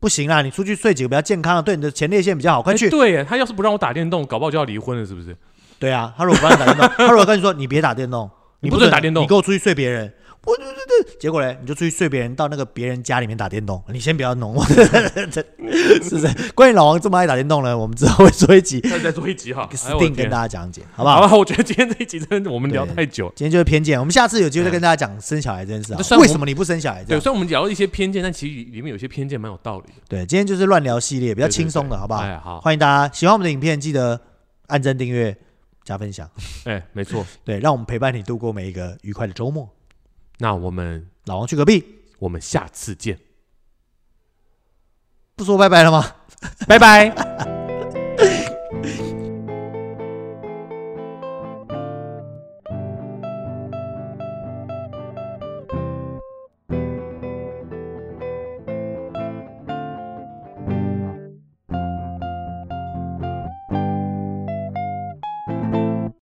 Speaker 1: 不行啊啦，你出去睡几个比较健康的，对你的前列腺比较好。快
Speaker 2: 哎
Speaker 1: 去！
Speaker 2: 对耶，他要是不让我打电动，搞不好就要离婚了，是不是？
Speaker 1: 对啊，他如果不让你打 电动，他如果跟你说你别打电动，
Speaker 2: 你不
Speaker 1: 不
Speaker 2: 准打电动
Speaker 1: 你给我出去睡别人。我对对对，结果嘞，你就出去睡别人，到那个别人家里面打电动。你先不要弄 我，是不是？关于老王这么爱打电动呢，我们之后会做一集
Speaker 2: 再再做一集哈，哎
Speaker 1: 死
Speaker 2: 我的
Speaker 1: 定
Speaker 2: 天
Speaker 1: 跟大家讲解，好不
Speaker 2: 好
Speaker 1: 好？
Speaker 2: 了，我觉得今天这一集真的我们聊
Speaker 1: 对
Speaker 2: 太久了。
Speaker 1: 今天就是偏见，我们下次有机会再跟大家讲生小孩这件事啊
Speaker 2: 就算。我
Speaker 1: 为什么你不生小孩这
Speaker 2: 对，
Speaker 1: 样？
Speaker 2: 虽然我们聊了一些偏见，但其实里面有些偏见蛮有道理的。
Speaker 1: 对，今天就是乱聊系列，比较
Speaker 2: 对对
Speaker 1: 轻松的，
Speaker 2: 对
Speaker 1: 好不好？
Speaker 2: 哎，好，
Speaker 1: 欢迎大家喜欢我们的影片，记得按赞、订阅、加分享，
Speaker 2: 哎，没错，
Speaker 1: 对，让我们陪伴你度过每一个愉快的周末。
Speaker 2: 那我们
Speaker 1: 老王去隔壁，
Speaker 2: 我们下次见，
Speaker 1: 不说拜拜了吗？
Speaker 2: 拜拜。